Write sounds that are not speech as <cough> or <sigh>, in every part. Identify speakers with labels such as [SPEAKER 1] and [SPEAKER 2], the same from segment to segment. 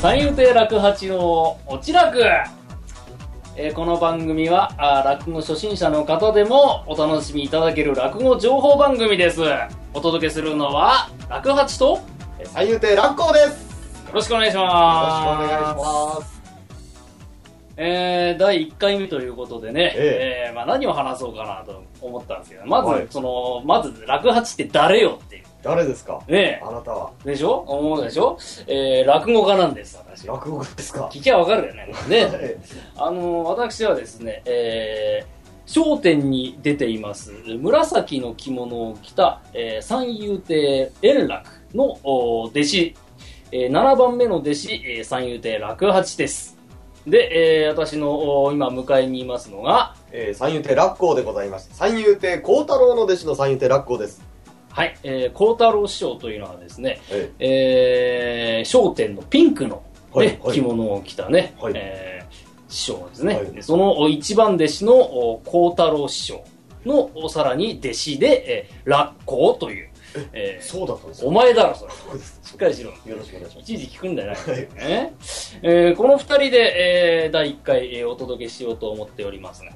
[SPEAKER 1] 三遊亭楽八のおちらく、えーこの番組はあー落語初心者の方でもお楽しみいただける落語情報番組ですお届けするのは楽八とよ
[SPEAKER 2] え三遊亭楽光です
[SPEAKER 1] ろしくお願いし
[SPEAKER 2] よろ
[SPEAKER 1] ま
[SPEAKER 2] しくお
[SPEAKER 1] す
[SPEAKER 2] 願いします
[SPEAKER 1] えー第1回目ということでね、え
[SPEAKER 2] え
[SPEAKER 1] ーまあ、何を話そうかなと思ったんですけどまず、
[SPEAKER 2] はい
[SPEAKER 1] そのまず落八って誰よってい
[SPEAKER 2] 誰ですか
[SPEAKER 1] うね
[SPEAKER 2] あなたは
[SPEAKER 1] えでしょ思うでしょ、えー落語家なんです私は
[SPEAKER 2] 落語家ですか
[SPEAKER 1] 聞きゃわかるよね。ね。
[SPEAKER 2] え
[SPEAKER 1] あの、私はですね、えー、商店に出ています、紫の着物を着た、えー三遊亭円楽のお弟子、えー7番目の弟子、えー三遊亭楽八です。で、えー私のお今迎えにいますのが、
[SPEAKER 2] えー三遊亭楽光でございまして三遊亭光太郎の弟子の三遊亭楽光です
[SPEAKER 1] はい、えー、孝太郎師匠というのはですね、
[SPEAKER 2] え
[SPEAKER 1] えー、商店のピンクの、
[SPEAKER 2] はい
[SPEAKER 1] ね
[SPEAKER 2] はい
[SPEAKER 1] 着物を着たね、
[SPEAKER 2] はい
[SPEAKER 1] えー師匠ですね、
[SPEAKER 2] はい
[SPEAKER 1] でそのお一番弟子のお幸太郎師匠のおさらに弟子で、えー、落光という、え
[SPEAKER 2] え
[SPEAKER 1] ー
[SPEAKER 2] そうだったんです
[SPEAKER 1] お
[SPEAKER 2] よ
[SPEAKER 1] 前だろそれ
[SPEAKER 2] そうです
[SPEAKER 1] しっかりしろ
[SPEAKER 2] よろしくお願いしま
[SPEAKER 1] いちいち聞くんだよ
[SPEAKER 2] はい
[SPEAKER 1] な、ねえーこの二人で、えー第1回、えーお届けしようと思っておりますが、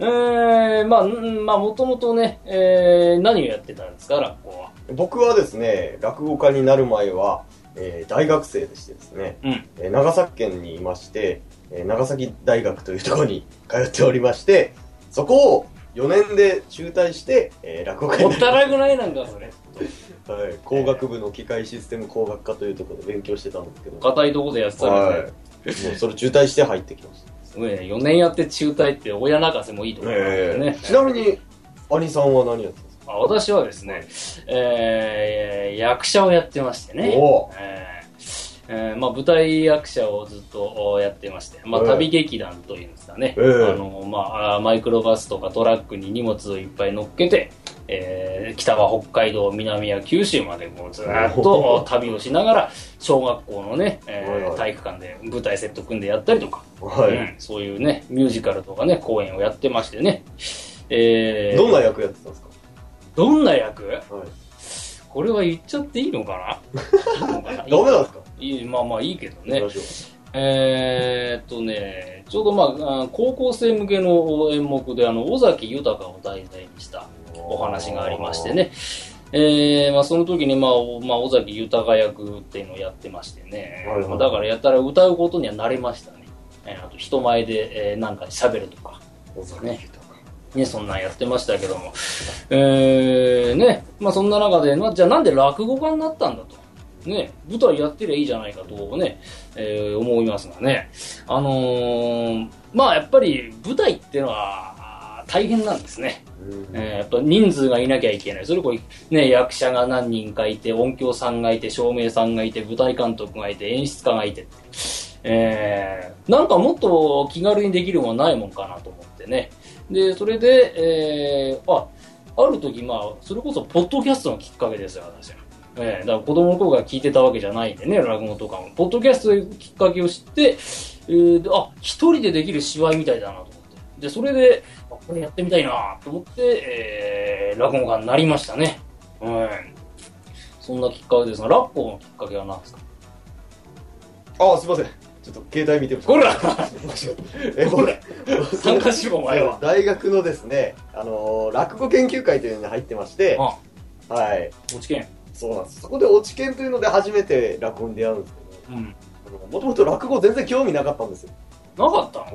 [SPEAKER 1] えー、まあ、うんまあ、もともとね、えー何をやってたんですか、落語は。
[SPEAKER 2] す僕はですね落語家になる前は、えー大学生でしてですね、
[SPEAKER 1] うん
[SPEAKER 2] えー長崎県にいまして、えー長崎大学というところに通っておりましてそこを4年で中退して、えー落語家に
[SPEAKER 1] も
[SPEAKER 2] な
[SPEAKER 1] っ
[SPEAKER 2] り
[SPEAKER 1] たないくないなんか、それ。
[SPEAKER 2] はい、工学部の機械システム工学科というところで勉強してたんですけど、
[SPEAKER 1] 硬いとこでやってたらね、
[SPEAKER 2] はい、もうそれ中退して入ってき
[SPEAKER 1] <laughs>
[SPEAKER 2] ました。
[SPEAKER 1] すごいね、4年やって中退って親泣かせもいいと思うんだよね。
[SPEAKER 2] ちなみに、兄さんは何やってたんですか
[SPEAKER 1] あ私はですね、えー役者をやってましてね、
[SPEAKER 2] お
[SPEAKER 1] えーえーまあ、舞台役者をずっとやってまして、まあ、
[SPEAKER 2] ええ
[SPEAKER 1] 旅劇団というんですかね、
[SPEAKER 2] ええ
[SPEAKER 1] あのまあ、マイクロバスとかトラックに荷物をいっぱい乗っけて、えー北は北海道、南は九州までこうずーっ
[SPEAKER 2] お
[SPEAKER 1] と旅をしながら、小学校のね、えー
[SPEAKER 2] はいはい
[SPEAKER 1] 体育館で舞台セット組んでやったりとか、
[SPEAKER 2] は
[SPEAKER 1] う
[SPEAKER 2] い、
[SPEAKER 1] ん、そういうね、ミュージカルとかね、公演をやってましてね。えー、
[SPEAKER 2] どんな役やってたんです
[SPEAKER 1] どんな役
[SPEAKER 2] か、はい、
[SPEAKER 1] これは言っちゃっていいのかないいのかな
[SPEAKER 2] ダメなんですか
[SPEAKER 1] いいまあまあいいけどね
[SPEAKER 2] ラ。ジオ
[SPEAKER 1] えー、っとね、ちょうどまあ、あ高校生向けの演目で、あの、尾崎豊を題材にしたお話がありまして。ね。えーまあ、その時に、まあ、おまあ、尾崎豊役っていうのをやってましてね。
[SPEAKER 2] はいはい
[SPEAKER 1] だからやったら歌うことには慣れましたね。えーあと人前で、えーなんか喋るとか。
[SPEAKER 2] お酒
[SPEAKER 1] ね
[SPEAKER 2] とか。
[SPEAKER 1] ね、そんなんやってましたけども。えー、ね、まあそんな中で、なじゃあなんで落語家になったんだと。ね、舞台やってりゃいいじゃないかとね、えー思いますがね。あのーまあやっぱり舞台ってのは、あー大変なんですね。
[SPEAKER 2] うん
[SPEAKER 1] えーやっぱ人数がいなきゃいけない。それこそ、ね、役者が何人かいて、音響さんがいて、照明さんがいて、舞台監督がいて、演出家がいてって。えーなんかもっと気軽にできるものはないもんかなと思ってね。で、それで、えーあ、ある時、まあ、それこそ、ポッドキャストのきっかけですよ、私は。ええだから子供の頃から聞いてたわけじゃないんでね、落語とかも。ポッドキャストのきっかけを知って、えーであ、一人でできる芝居みたいだなと思って。で、それで、あこれやってみたいなと思って、えー落語家になりましたね。うん。そんなきっかけですが、落語のきっかけは何ですか
[SPEAKER 2] あ、すいません。ちょっと携帯見てました。
[SPEAKER 1] こら
[SPEAKER 2] <laughs> え、
[SPEAKER 1] こ
[SPEAKER 2] こ
[SPEAKER 1] ら
[SPEAKER 2] れ。
[SPEAKER 1] 参加しろ、お前は。
[SPEAKER 2] 大学のですね、あのー落語研究会というのに入ってまして、
[SPEAKER 1] あ、
[SPEAKER 2] はい。
[SPEAKER 1] 落ち券。
[SPEAKER 2] そうなんです。そこで落ち研というので初めて落語に出会うんです
[SPEAKER 1] うん。
[SPEAKER 2] けど、もともと落語全然興味なかったんですよ。
[SPEAKER 1] なかったの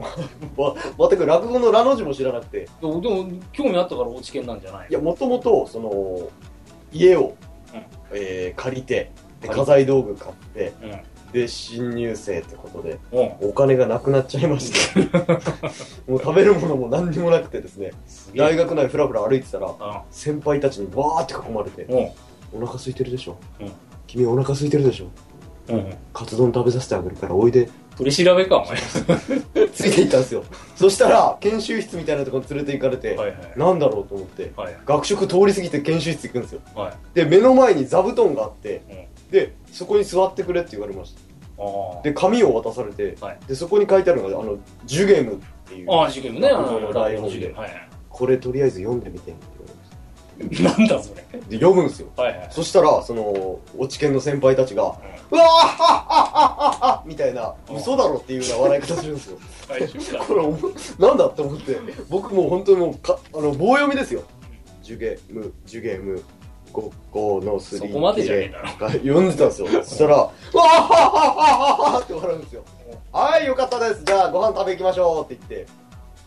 [SPEAKER 2] ま、全く落語のラの字も知らなくて、
[SPEAKER 1] でも、でも興味あったから落ち券なんじゃない
[SPEAKER 2] いや、もともと、その、家を、
[SPEAKER 1] うん
[SPEAKER 2] えー借りて、で
[SPEAKER 1] はい
[SPEAKER 2] 家財道具買って、
[SPEAKER 1] うん。
[SPEAKER 2] で、新入生ってことで、
[SPEAKER 1] うん。
[SPEAKER 2] お金がなくなっちゃいまして、
[SPEAKER 1] <laughs>
[SPEAKER 2] もう食べるものも何にもなくてですね、
[SPEAKER 1] すげえ
[SPEAKER 2] 大学内ふらふら歩いてたら、
[SPEAKER 1] あ
[SPEAKER 2] 先輩たちにわーって囲まれて、
[SPEAKER 1] うん。
[SPEAKER 2] お腹空いてるでしょ、
[SPEAKER 1] うん
[SPEAKER 2] 君お腹空いてるでしょ
[SPEAKER 1] うん。
[SPEAKER 2] カツ丼食べさせてあげるからおい
[SPEAKER 1] <laughs>
[SPEAKER 2] で。
[SPEAKER 1] 取り調べか、お前。
[SPEAKER 2] ついていったんですよ。そしたら、研修室みたいなところに連れて行かれて、
[SPEAKER 1] はいはい。
[SPEAKER 2] なんだろうと思って、
[SPEAKER 1] はい
[SPEAKER 2] 学食通り過ぎて研修室行くんですよ。
[SPEAKER 1] はい。
[SPEAKER 2] で目の前に座布団があって、
[SPEAKER 1] う
[SPEAKER 2] でそこに座ってくれって言われまし
[SPEAKER 1] ああ
[SPEAKER 2] た。で紙を渡されて、
[SPEAKER 1] はい
[SPEAKER 2] でそこに書いてあるのがあのジュゲムっていう
[SPEAKER 1] ああ、授業もね、あ
[SPEAKER 2] 落語
[SPEAKER 1] の、
[SPEAKER 2] の
[SPEAKER 1] 落
[SPEAKER 2] 大
[SPEAKER 1] 語の
[SPEAKER 2] 本
[SPEAKER 1] 授業。
[SPEAKER 2] で
[SPEAKER 1] はい。
[SPEAKER 2] これとりあえず読んでみてって言われました
[SPEAKER 1] <laughs> なんだそれ。
[SPEAKER 2] で呼ぶんですよ
[SPEAKER 1] はいはい。
[SPEAKER 2] そしたらその落研の先輩たちが「うわーあああああみたいな
[SPEAKER 1] うん
[SPEAKER 2] 嘘だろっていうような笑い方するんですよ
[SPEAKER 1] 最初から
[SPEAKER 2] これおもなんだって思って僕もう本当にもうかあの棒読みですよ「ジュゲムジュゲムゴゴのスリー
[SPEAKER 1] そこまでじゃねえだろ。
[SPEAKER 2] が読んでたんですよ。そしたら、わあははははって笑うんですよ。はい、よかったです。じゃあ、ご飯食べ行きましょうって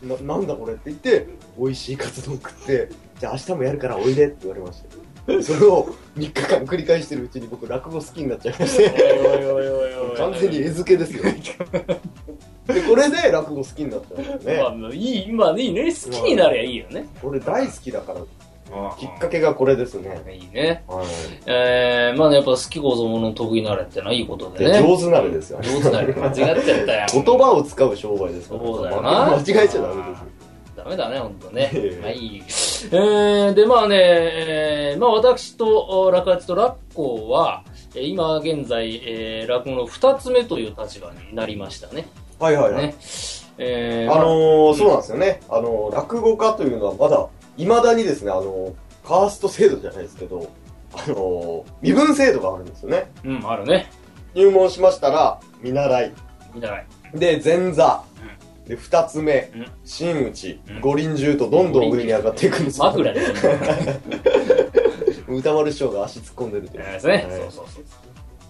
[SPEAKER 2] 言って、な、なんだこれって言って、美味しいカツ丼食って、じゃあ明日もやるからおいでって言われました。それを3日間繰り返してるうちに僕、落語好きになっちゃいまし
[SPEAKER 1] おい
[SPEAKER 2] て、
[SPEAKER 1] おいおいおいおい。
[SPEAKER 2] 完全に絵付けですよ。で、これで落語好きになったんですよね。
[SPEAKER 1] まあ、いい、今ね、いいね。好きになりゃいいよね。
[SPEAKER 2] 俺大好きだから、きっか
[SPEAKER 1] け。
[SPEAKER 2] けがこれですね。
[SPEAKER 1] いいね。
[SPEAKER 2] はい。
[SPEAKER 1] えー、まあやっぱ好きこそもの得意なれってのはいいことで
[SPEAKER 2] で、
[SPEAKER 1] ね。
[SPEAKER 2] 上手なれですよね。
[SPEAKER 1] 上手なれ。間違っちゃったよ。
[SPEAKER 2] 言葉を使う商売ですから、
[SPEAKER 1] そうだよな
[SPEAKER 2] 間違えちゃダメですよ。。
[SPEAKER 1] ダメだね、ほんとね
[SPEAKER 2] ええ
[SPEAKER 1] はい。えー、で、まあね、えーまあ私と、お落八と落語は、えー今現在、えー、落語の二つ目という立場になりましたね。
[SPEAKER 2] はいはいはい。
[SPEAKER 1] ね。えー、
[SPEAKER 2] あ
[SPEAKER 1] ま
[SPEAKER 2] のー、そうなんですよね。あのー、落語家というのはまだ、いまだにですね、あのー、カースト制度じゃないですけど、あのー、身分制度があるんですよね。
[SPEAKER 1] うん、あるね。
[SPEAKER 2] 入門しましたら、見習い。
[SPEAKER 1] 見習い。
[SPEAKER 2] で、前座。で、二つ目
[SPEAKER 1] うん、
[SPEAKER 2] 真打ち
[SPEAKER 1] う、ん
[SPEAKER 2] 五輪中とどんどん上に上がっていくんですよ。
[SPEAKER 1] 枕です
[SPEAKER 2] <laughs>
[SPEAKER 1] ね。
[SPEAKER 2] 歌丸師匠が足突っ込んでるという。
[SPEAKER 1] ですね。
[SPEAKER 2] はい
[SPEAKER 1] そうそうそう。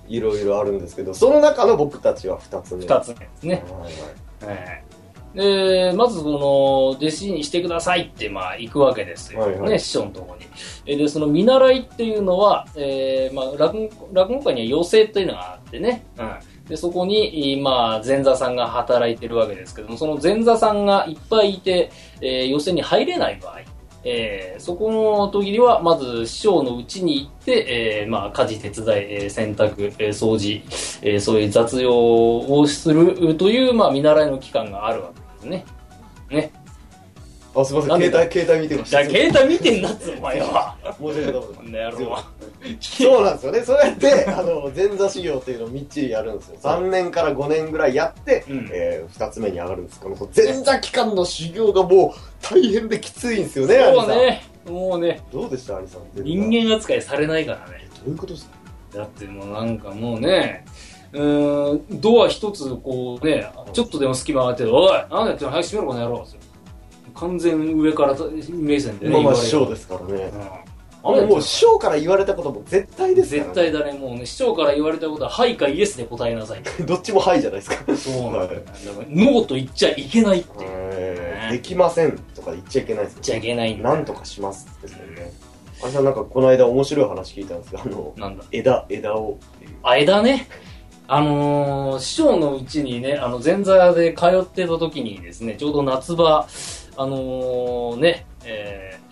[SPEAKER 2] いろいろあるんですけど、その中の僕たちは二つ目。
[SPEAKER 1] 二つ目ですね。
[SPEAKER 2] はいはい
[SPEAKER 1] ええで、まずその、弟子にしてくださいって、まあ、行くわけですよ。
[SPEAKER 2] はいはい
[SPEAKER 1] ね、師匠のところに。えで、その見習いっていうのは、えーまあ、落語落語界には寄席というのがあってね。うん。で、そこに、まあ、前座さんが働いてるわけですけども、その前座さんがいっぱいいて、えー寄席に入れない場合、えーそこの時には、まず師匠のうちに行って、えーまあ、家事手伝い、えー洗濯、えー掃除、えーそういう雑用をするという、まあ、見習いの期間があるわけですね。ね。
[SPEAKER 2] あ、すみ
[SPEAKER 1] な
[SPEAKER 2] ま
[SPEAKER 1] ん
[SPEAKER 2] せ
[SPEAKER 1] で
[SPEAKER 2] ん、携帯、携帯見てまし
[SPEAKER 1] じゃ
[SPEAKER 2] た。
[SPEAKER 1] あ、携帯見てんなっつ、お前は。
[SPEAKER 2] 申し訳なかった
[SPEAKER 1] <laughs> こんな野郎は。
[SPEAKER 2] そうなんですよね。そうやって、あの、前座修行っていうのをみっちりやるんですよ。3年から5年ぐらいやって、
[SPEAKER 1] うん
[SPEAKER 2] えー、2つ目に上がるんですけど、この前座期間の修行がもう大変できついんですよね、アリ
[SPEAKER 1] そう
[SPEAKER 2] さん。
[SPEAKER 1] ね。もうね、
[SPEAKER 2] どうでした、アリさん。前座
[SPEAKER 1] 人間扱いされないからね。
[SPEAKER 2] どういうことですか
[SPEAKER 1] だってもうなんかもうね、うーん、ドア一つこうね、ちょっとでも隙間があって、おい、なんだよ、早く閉めろ、この野郎。完全上から目線でね、
[SPEAKER 2] まあ
[SPEAKER 1] 言われ
[SPEAKER 2] まあ、
[SPEAKER 1] る
[SPEAKER 2] 師匠ですからね
[SPEAKER 1] う。ん
[SPEAKER 2] あの、もう師匠から言われたことも絶対ですから、
[SPEAKER 1] 絶対だね、もうね、市長から言われたことは、はいかイエスで答えなさいって。
[SPEAKER 2] どっちもはいじゃないですか。
[SPEAKER 1] そう
[SPEAKER 2] な
[SPEAKER 1] なんん
[SPEAKER 2] だ
[SPEAKER 1] だ
[SPEAKER 2] よ
[SPEAKER 1] よ。ノーと言っちゃいけないって言っ
[SPEAKER 2] えーできませんとか言っちゃいけないですよね
[SPEAKER 1] ちゃいけないんだ。
[SPEAKER 2] なんとかしますですよね。アリさん、なんかこの間面白い話聞いたんですけど、あの、
[SPEAKER 1] なんだ。
[SPEAKER 2] 枝、枝をっていう。
[SPEAKER 1] あれだね。あのー師匠のうちにね、あの、前座で通ってた時にですね、ちょうど夏場、あのーね、えー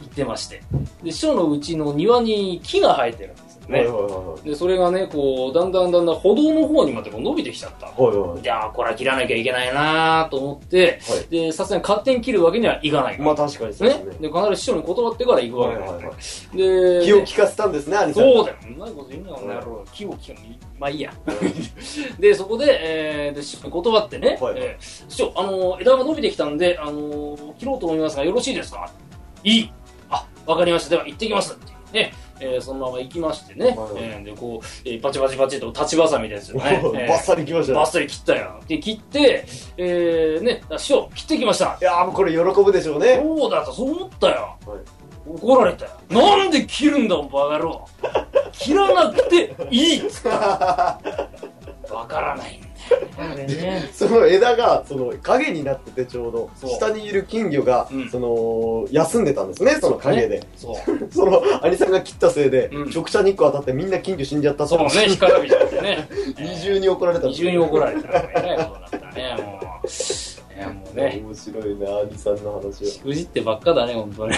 [SPEAKER 1] 行ってまして。で、師匠のうちの庭に木が生えてるんですよ
[SPEAKER 2] はい
[SPEAKER 1] ね
[SPEAKER 2] は。いはいはい。
[SPEAKER 1] で、それがね、こう、だんだんだんだん歩道の方にまでこう伸びてきちゃった。
[SPEAKER 2] はいはいはい
[SPEAKER 1] いやー、これは切らなきゃいけないなーと思って、
[SPEAKER 2] はい
[SPEAKER 1] で、さすがに勝手に切るわけにはいかないから
[SPEAKER 2] まあ確かにそうで
[SPEAKER 1] ね
[SPEAKER 2] すね。、
[SPEAKER 1] で必ず師匠に断ってから行くわ
[SPEAKER 2] は
[SPEAKER 1] けだ
[SPEAKER 2] いはい
[SPEAKER 1] よ、
[SPEAKER 2] はい
[SPEAKER 1] で
[SPEAKER 2] 気を利かせたんですね、兄さん。
[SPEAKER 1] そうだようまいこと言うなこの野郎気を利かまあいいやでそこで,、えーで師匠に断ってね、
[SPEAKER 2] はいはい
[SPEAKER 1] えー師匠あのー枝が伸びてきたんで、あのー切ろうと思いますがよろしいですかいいあわかりましたでは行ってきますってねえーそのまま行きましてね、
[SPEAKER 2] はいはい
[SPEAKER 1] えーでこう、えーバチバチバチと立ちばさみですよ
[SPEAKER 2] お
[SPEAKER 1] ね、
[SPEAKER 2] ー
[SPEAKER 1] えー
[SPEAKER 2] <laughs> バッサリ来ましたね
[SPEAKER 1] バッサリ切ったよで切って、えーね、あ師匠切ってきました
[SPEAKER 2] いやーもうこれ喜ぶでしょうね。
[SPEAKER 1] そうだと、そう思ったよ。
[SPEAKER 2] はい
[SPEAKER 1] 怒られたよ。なんで切るんだ、バカ野郎。切らなくていいっつった。わからないんだよね。ね。
[SPEAKER 2] <laughs> その枝が、その影になっててちょうど、
[SPEAKER 1] そう
[SPEAKER 2] 下にいる金魚が
[SPEAKER 1] うん、
[SPEAKER 2] その、休んでたんですね、その影で。
[SPEAKER 1] そう。
[SPEAKER 2] その、兄さんが切ったせいで
[SPEAKER 1] うん、
[SPEAKER 2] 直射日光当たってみんな金魚死んじゃった
[SPEAKER 1] そうね、干からびちゃってね。
[SPEAKER 2] 二重に怒られたん
[SPEAKER 1] 二
[SPEAKER 2] です
[SPEAKER 1] 重に怒られたね。えらいことになったね、もう。えーもうね。
[SPEAKER 2] 面白いな、兄さんの話は
[SPEAKER 1] し。くじってばっかだね、本当に。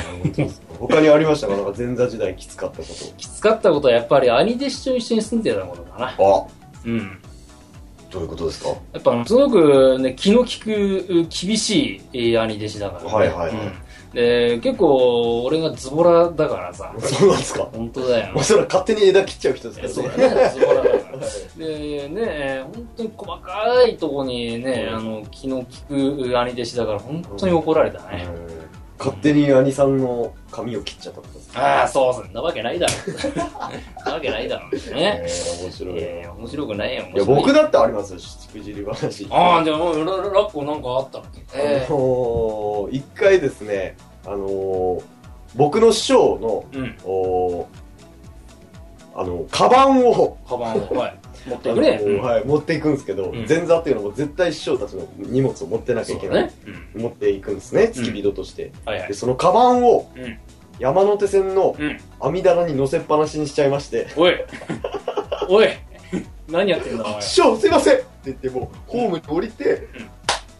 [SPEAKER 2] 他にありましたかなんか前座時代きつかったこ
[SPEAKER 1] きつかったことはやっぱり兄弟子と一緒に住んでたことかな。
[SPEAKER 2] と。あ、
[SPEAKER 1] うん。
[SPEAKER 2] どういうことですか
[SPEAKER 1] やっぱすごくね、気の利く厳しい兄弟子だから、ね。
[SPEAKER 2] はいはいはい
[SPEAKER 1] うんで、結構俺がズボラだからさ、
[SPEAKER 2] そうなんですか
[SPEAKER 1] 本当だよ
[SPEAKER 2] もう。それは勝手に枝切っちゃう人です
[SPEAKER 1] そ
[SPEAKER 2] か
[SPEAKER 1] う
[SPEAKER 2] ら
[SPEAKER 1] だ
[SPEAKER 2] ね。
[SPEAKER 1] ね、ズボラだから。でね、本当に細かいとこにね、あの、気の利く兄弟子だから本当に怒られたね。
[SPEAKER 2] うん勝手に兄さんの髪を切っちゃったことです
[SPEAKER 1] ああ、そうそんなわけないだろ。そんなわけないだろうね。
[SPEAKER 2] えー面
[SPEAKER 1] い
[SPEAKER 2] 白いな
[SPEAKER 1] やいや、面白くないよ。
[SPEAKER 2] いや僕だってありますよしくじり話
[SPEAKER 1] ああ、じゃあ、もうラララッコなんかあったのえ
[SPEAKER 2] あのー一回ですねあのー僕の師匠の
[SPEAKER 1] えうん。
[SPEAKER 2] おーあのカバンを
[SPEAKER 1] カバンを、はい。持ってくれ。
[SPEAKER 2] あのーはい、持っていくんですけど、
[SPEAKER 1] うん
[SPEAKER 2] 前座っていうのも絶対師匠たちの荷物を持ってなきゃいけ
[SPEAKER 1] そう
[SPEAKER 2] ない、
[SPEAKER 1] だね。うん。
[SPEAKER 2] 持っていくんですね付き人として、
[SPEAKER 1] はいはい
[SPEAKER 2] で。そのカバンを
[SPEAKER 1] うん
[SPEAKER 2] 山手線の
[SPEAKER 1] うん。
[SPEAKER 2] 網棚に乗せっぱなしにしちゃいまして、
[SPEAKER 1] おい。おい。何やってんだ、お前。
[SPEAKER 2] 師匠すいませんって言ってもうホームに降りて、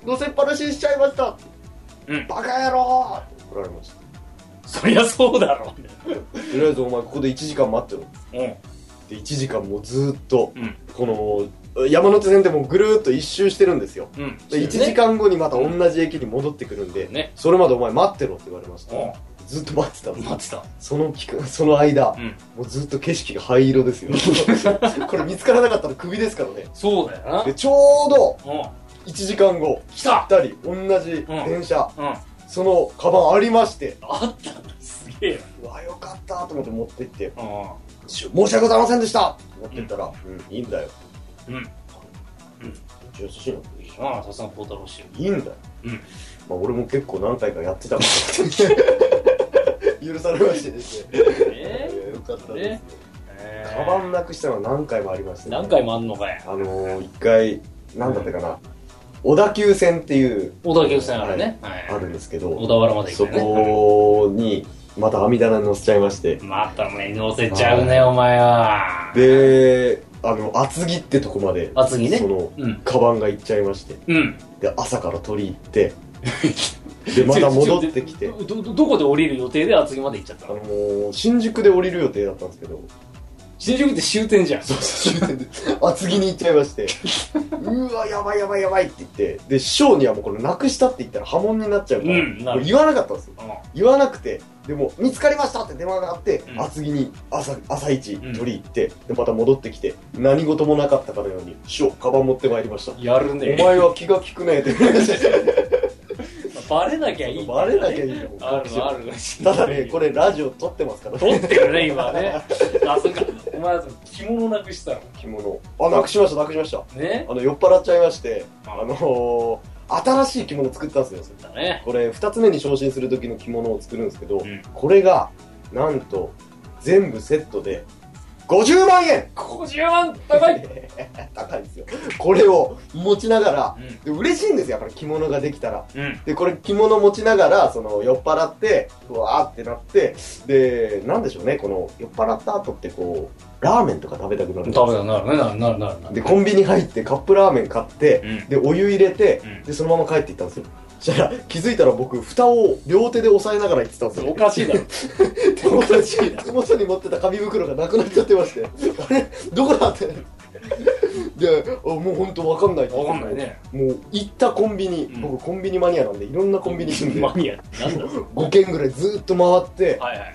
[SPEAKER 2] 乗せっぱなしにしちゃいました、
[SPEAKER 1] うん
[SPEAKER 2] バカ野郎って怒られました
[SPEAKER 1] そりゃそうだろ。
[SPEAKER 2] とりあえずお前ここで1時間待ってろ
[SPEAKER 1] うん。
[SPEAKER 2] で1時間もうずーっと、
[SPEAKER 1] うん
[SPEAKER 2] この山手線でもうぐるーっと一周してるんですよ
[SPEAKER 1] うん。
[SPEAKER 2] で1時間後にまた同じ駅に戻ってくるんで、
[SPEAKER 1] ね。
[SPEAKER 2] それまでお前待ってろって言われました、
[SPEAKER 1] う
[SPEAKER 2] ずっと待ってたんで
[SPEAKER 1] ん。
[SPEAKER 2] す
[SPEAKER 1] 待ってた。
[SPEAKER 2] その期間その間、
[SPEAKER 1] うん
[SPEAKER 2] もうずっと景色が灰色ですよこれ見つからなかったらクビですからね
[SPEAKER 1] そうだよな。
[SPEAKER 2] でちょうど
[SPEAKER 1] う
[SPEAKER 2] 1時間後
[SPEAKER 1] ん。来た
[SPEAKER 2] 2人同じ電車、
[SPEAKER 1] うん。あ
[SPEAKER 2] そのカバンありまして
[SPEAKER 1] ったんだ。すげえ
[SPEAKER 2] うわよかったと思って持ってって
[SPEAKER 1] な。
[SPEAKER 2] 「申し訳ございませんでした!」持ってったら「うん、いいんだよ
[SPEAKER 1] うん。うん。
[SPEAKER 2] 優しいのいいじゃん
[SPEAKER 1] ああ、さすがポータローシ
[SPEAKER 2] いいんだよ、
[SPEAKER 1] うん
[SPEAKER 2] まあ、俺も結構何回かやってた
[SPEAKER 1] <laughs>
[SPEAKER 2] から許されましてですね
[SPEAKER 1] ええ
[SPEAKER 2] よかったです
[SPEAKER 1] ね
[SPEAKER 2] ねカバンなくしたのは何回もありましたね
[SPEAKER 1] 何回もあんのかい。
[SPEAKER 2] あのー、一回何だったかな、小田急線っていう
[SPEAKER 1] 小田急線あるね。
[SPEAKER 2] あ
[SPEAKER 1] は
[SPEAKER 2] るんですけ
[SPEAKER 1] い。小
[SPEAKER 2] ど
[SPEAKER 1] 田原まで行
[SPEAKER 2] そ
[SPEAKER 1] くね。
[SPEAKER 2] こにまた網棚に乗せちゃいまして
[SPEAKER 1] またね、乗せちゃうね、お前は。
[SPEAKER 2] であの厚木ってとこまで
[SPEAKER 1] 厚木ね
[SPEAKER 2] その
[SPEAKER 1] うん。
[SPEAKER 2] カバンが行っちゃいまして
[SPEAKER 1] うん。
[SPEAKER 2] で朝から取り行ってでまた戻ってき
[SPEAKER 1] <laughs>
[SPEAKER 2] て
[SPEAKER 1] ど、ど、どこで降りる予定で厚木まで行っちゃった
[SPEAKER 2] あ
[SPEAKER 1] の
[SPEAKER 2] のー、新宿で降りる予定だったんですけど
[SPEAKER 1] 新宿って終点じゃん。
[SPEAKER 2] <laughs> 厚木に行っちゃいましてうわやばいやばいやばいって言ってで師匠にはもうこれなくしたって言ったら波紋になっちゃうから、
[SPEAKER 1] うんなる
[SPEAKER 2] もう言わなかったんですよ
[SPEAKER 1] うん
[SPEAKER 2] 言わなくてでも見つかりましたって電話があって、
[SPEAKER 1] うん
[SPEAKER 2] 厚木に朝朝一
[SPEAKER 1] うん
[SPEAKER 2] 取り行って、でまた戻ってきて何事もなかったかのように師匠カバン持ってまいりました
[SPEAKER 1] やる
[SPEAKER 2] お
[SPEAKER 1] ね。
[SPEAKER 2] 前は気が利くねえって言われました
[SPEAKER 1] バレなきゃいい。
[SPEAKER 2] バレなきゃいいよ
[SPEAKER 1] あるある。
[SPEAKER 2] ただねこれラジオ撮ってますから
[SPEAKER 1] 撮ってるね、今 <laughs> ね。あ、そっか。お前、着物なくしたの。
[SPEAKER 2] 着物あなくしましたなくしました
[SPEAKER 1] ね。
[SPEAKER 2] あの酔っ払っちゃいまして
[SPEAKER 1] あ
[SPEAKER 2] あのー、新しい着物作ったんですよ
[SPEAKER 1] だね。
[SPEAKER 2] これ2つ目に昇進する時の着物を作るんですけど、
[SPEAKER 1] ん。
[SPEAKER 2] これがなんと全部セットで50万円
[SPEAKER 1] 50万高い。
[SPEAKER 2] 高いですよこれを持ちながら
[SPEAKER 1] うん。
[SPEAKER 2] で嬉しいんですよやっぱり着物ができたら
[SPEAKER 1] うん。
[SPEAKER 2] でこれ着物持ちながらその酔っ払ってうわーってなってでなんでしょうねこの酔っ払った後ってこうラーメンとか食べたくなるんですよ
[SPEAKER 1] 食べたなるね。なるなるなるなる。
[SPEAKER 2] でコンビニ入ってカップラーメン買って
[SPEAKER 1] うん。
[SPEAKER 2] でお湯入れて
[SPEAKER 1] うん
[SPEAKER 2] でそのまま帰っていったんですよそしたら気づいたら僕蓋を両手で押さえながら行ってたんですよ
[SPEAKER 1] おかしいだろ。
[SPEAKER 2] 手元に手元に持ってた紙袋がなくなっちゃってま
[SPEAKER 1] <laughs>
[SPEAKER 2] してあれどこだってであもう本当わかんない
[SPEAKER 1] <laughs> わかんないね。
[SPEAKER 2] もう行ったコンビニ、
[SPEAKER 1] うん
[SPEAKER 2] 僕コンビニマニアなんでいろんなコンビニ行くんで
[SPEAKER 1] マニア。なんだ
[SPEAKER 2] 5軒ぐらいずーっと回って
[SPEAKER 1] はいはい。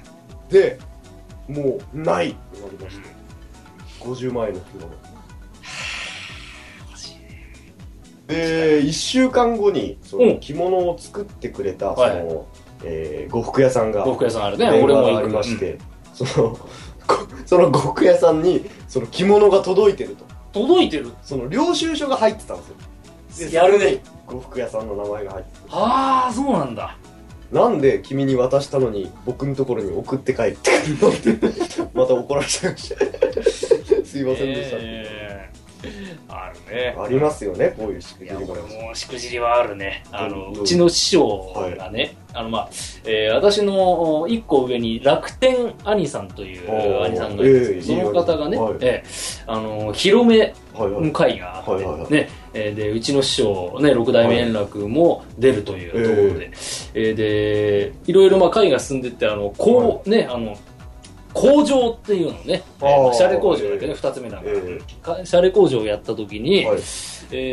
[SPEAKER 2] でもうないってなりまして50万円の袋が
[SPEAKER 1] 欲しいね
[SPEAKER 2] で1週間後にそうの
[SPEAKER 1] ん
[SPEAKER 2] 着物を作ってくれた、
[SPEAKER 1] はい
[SPEAKER 2] その、えー呉服屋さんが
[SPEAKER 1] 呉服屋さんあるね。
[SPEAKER 2] 電
[SPEAKER 1] 俺
[SPEAKER 2] 話
[SPEAKER 1] も
[SPEAKER 2] が
[SPEAKER 1] 行
[SPEAKER 2] あ
[SPEAKER 1] く
[SPEAKER 2] りまし。て、そのこその呉服屋さんにその着物が届いてると
[SPEAKER 1] 届いてる。
[SPEAKER 2] その領収書が入ってたんですよで
[SPEAKER 1] やるね
[SPEAKER 2] そこに呉服屋さんの名前が入ってた
[SPEAKER 1] ああ、そうなんだ。
[SPEAKER 2] なんで君に渡したのに僕のところに送って帰ってくるのって <laughs> また怒られちゃいましたすいませんでした、 <laughs>
[SPEAKER 1] えーあるね。
[SPEAKER 2] ありますよねこういう仕
[SPEAKER 1] い
[SPEAKER 2] 組
[SPEAKER 1] や、
[SPEAKER 2] み
[SPEAKER 1] 俺もしくじりはあるね。あ
[SPEAKER 2] ど
[SPEAKER 1] の、
[SPEAKER 2] うどう
[SPEAKER 1] うちの師匠がね、あの、まあ、えー私の一個上に楽天兄さんとい
[SPEAKER 2] お
[SPEAKER 1] う
[SPEAKER 2] ー
[SPEAKER 1] 兄さんがいるんですけど、
[SPEAKER 2] ええ
[SPEAKER 1] その方がね、
[SPEAKER 2] いいよはい
[SPEAKER 1] えーあの、広め
[SPEAKER 2] はいはい、
[SPEAKER 1] 会があって、
[SPEAKER 2] はいはいはい
[SPEAKER 1] ね、えーで、うちの師匠、ね、六代目円楽も出るというところで、えーで、いろいろまあ会が進んでって、あの、こう、ね、あの、工場っていうのね、え
[SPEAKER 2] あー
[SPEAKER 1] ーシャレ工場だけどね、二つ目だから、
[SPEAKER 2] え
[SPEAKER 1] かシャレ工場をやった時に、
[SPEAKER 2] はい
[SPEAKER 1] え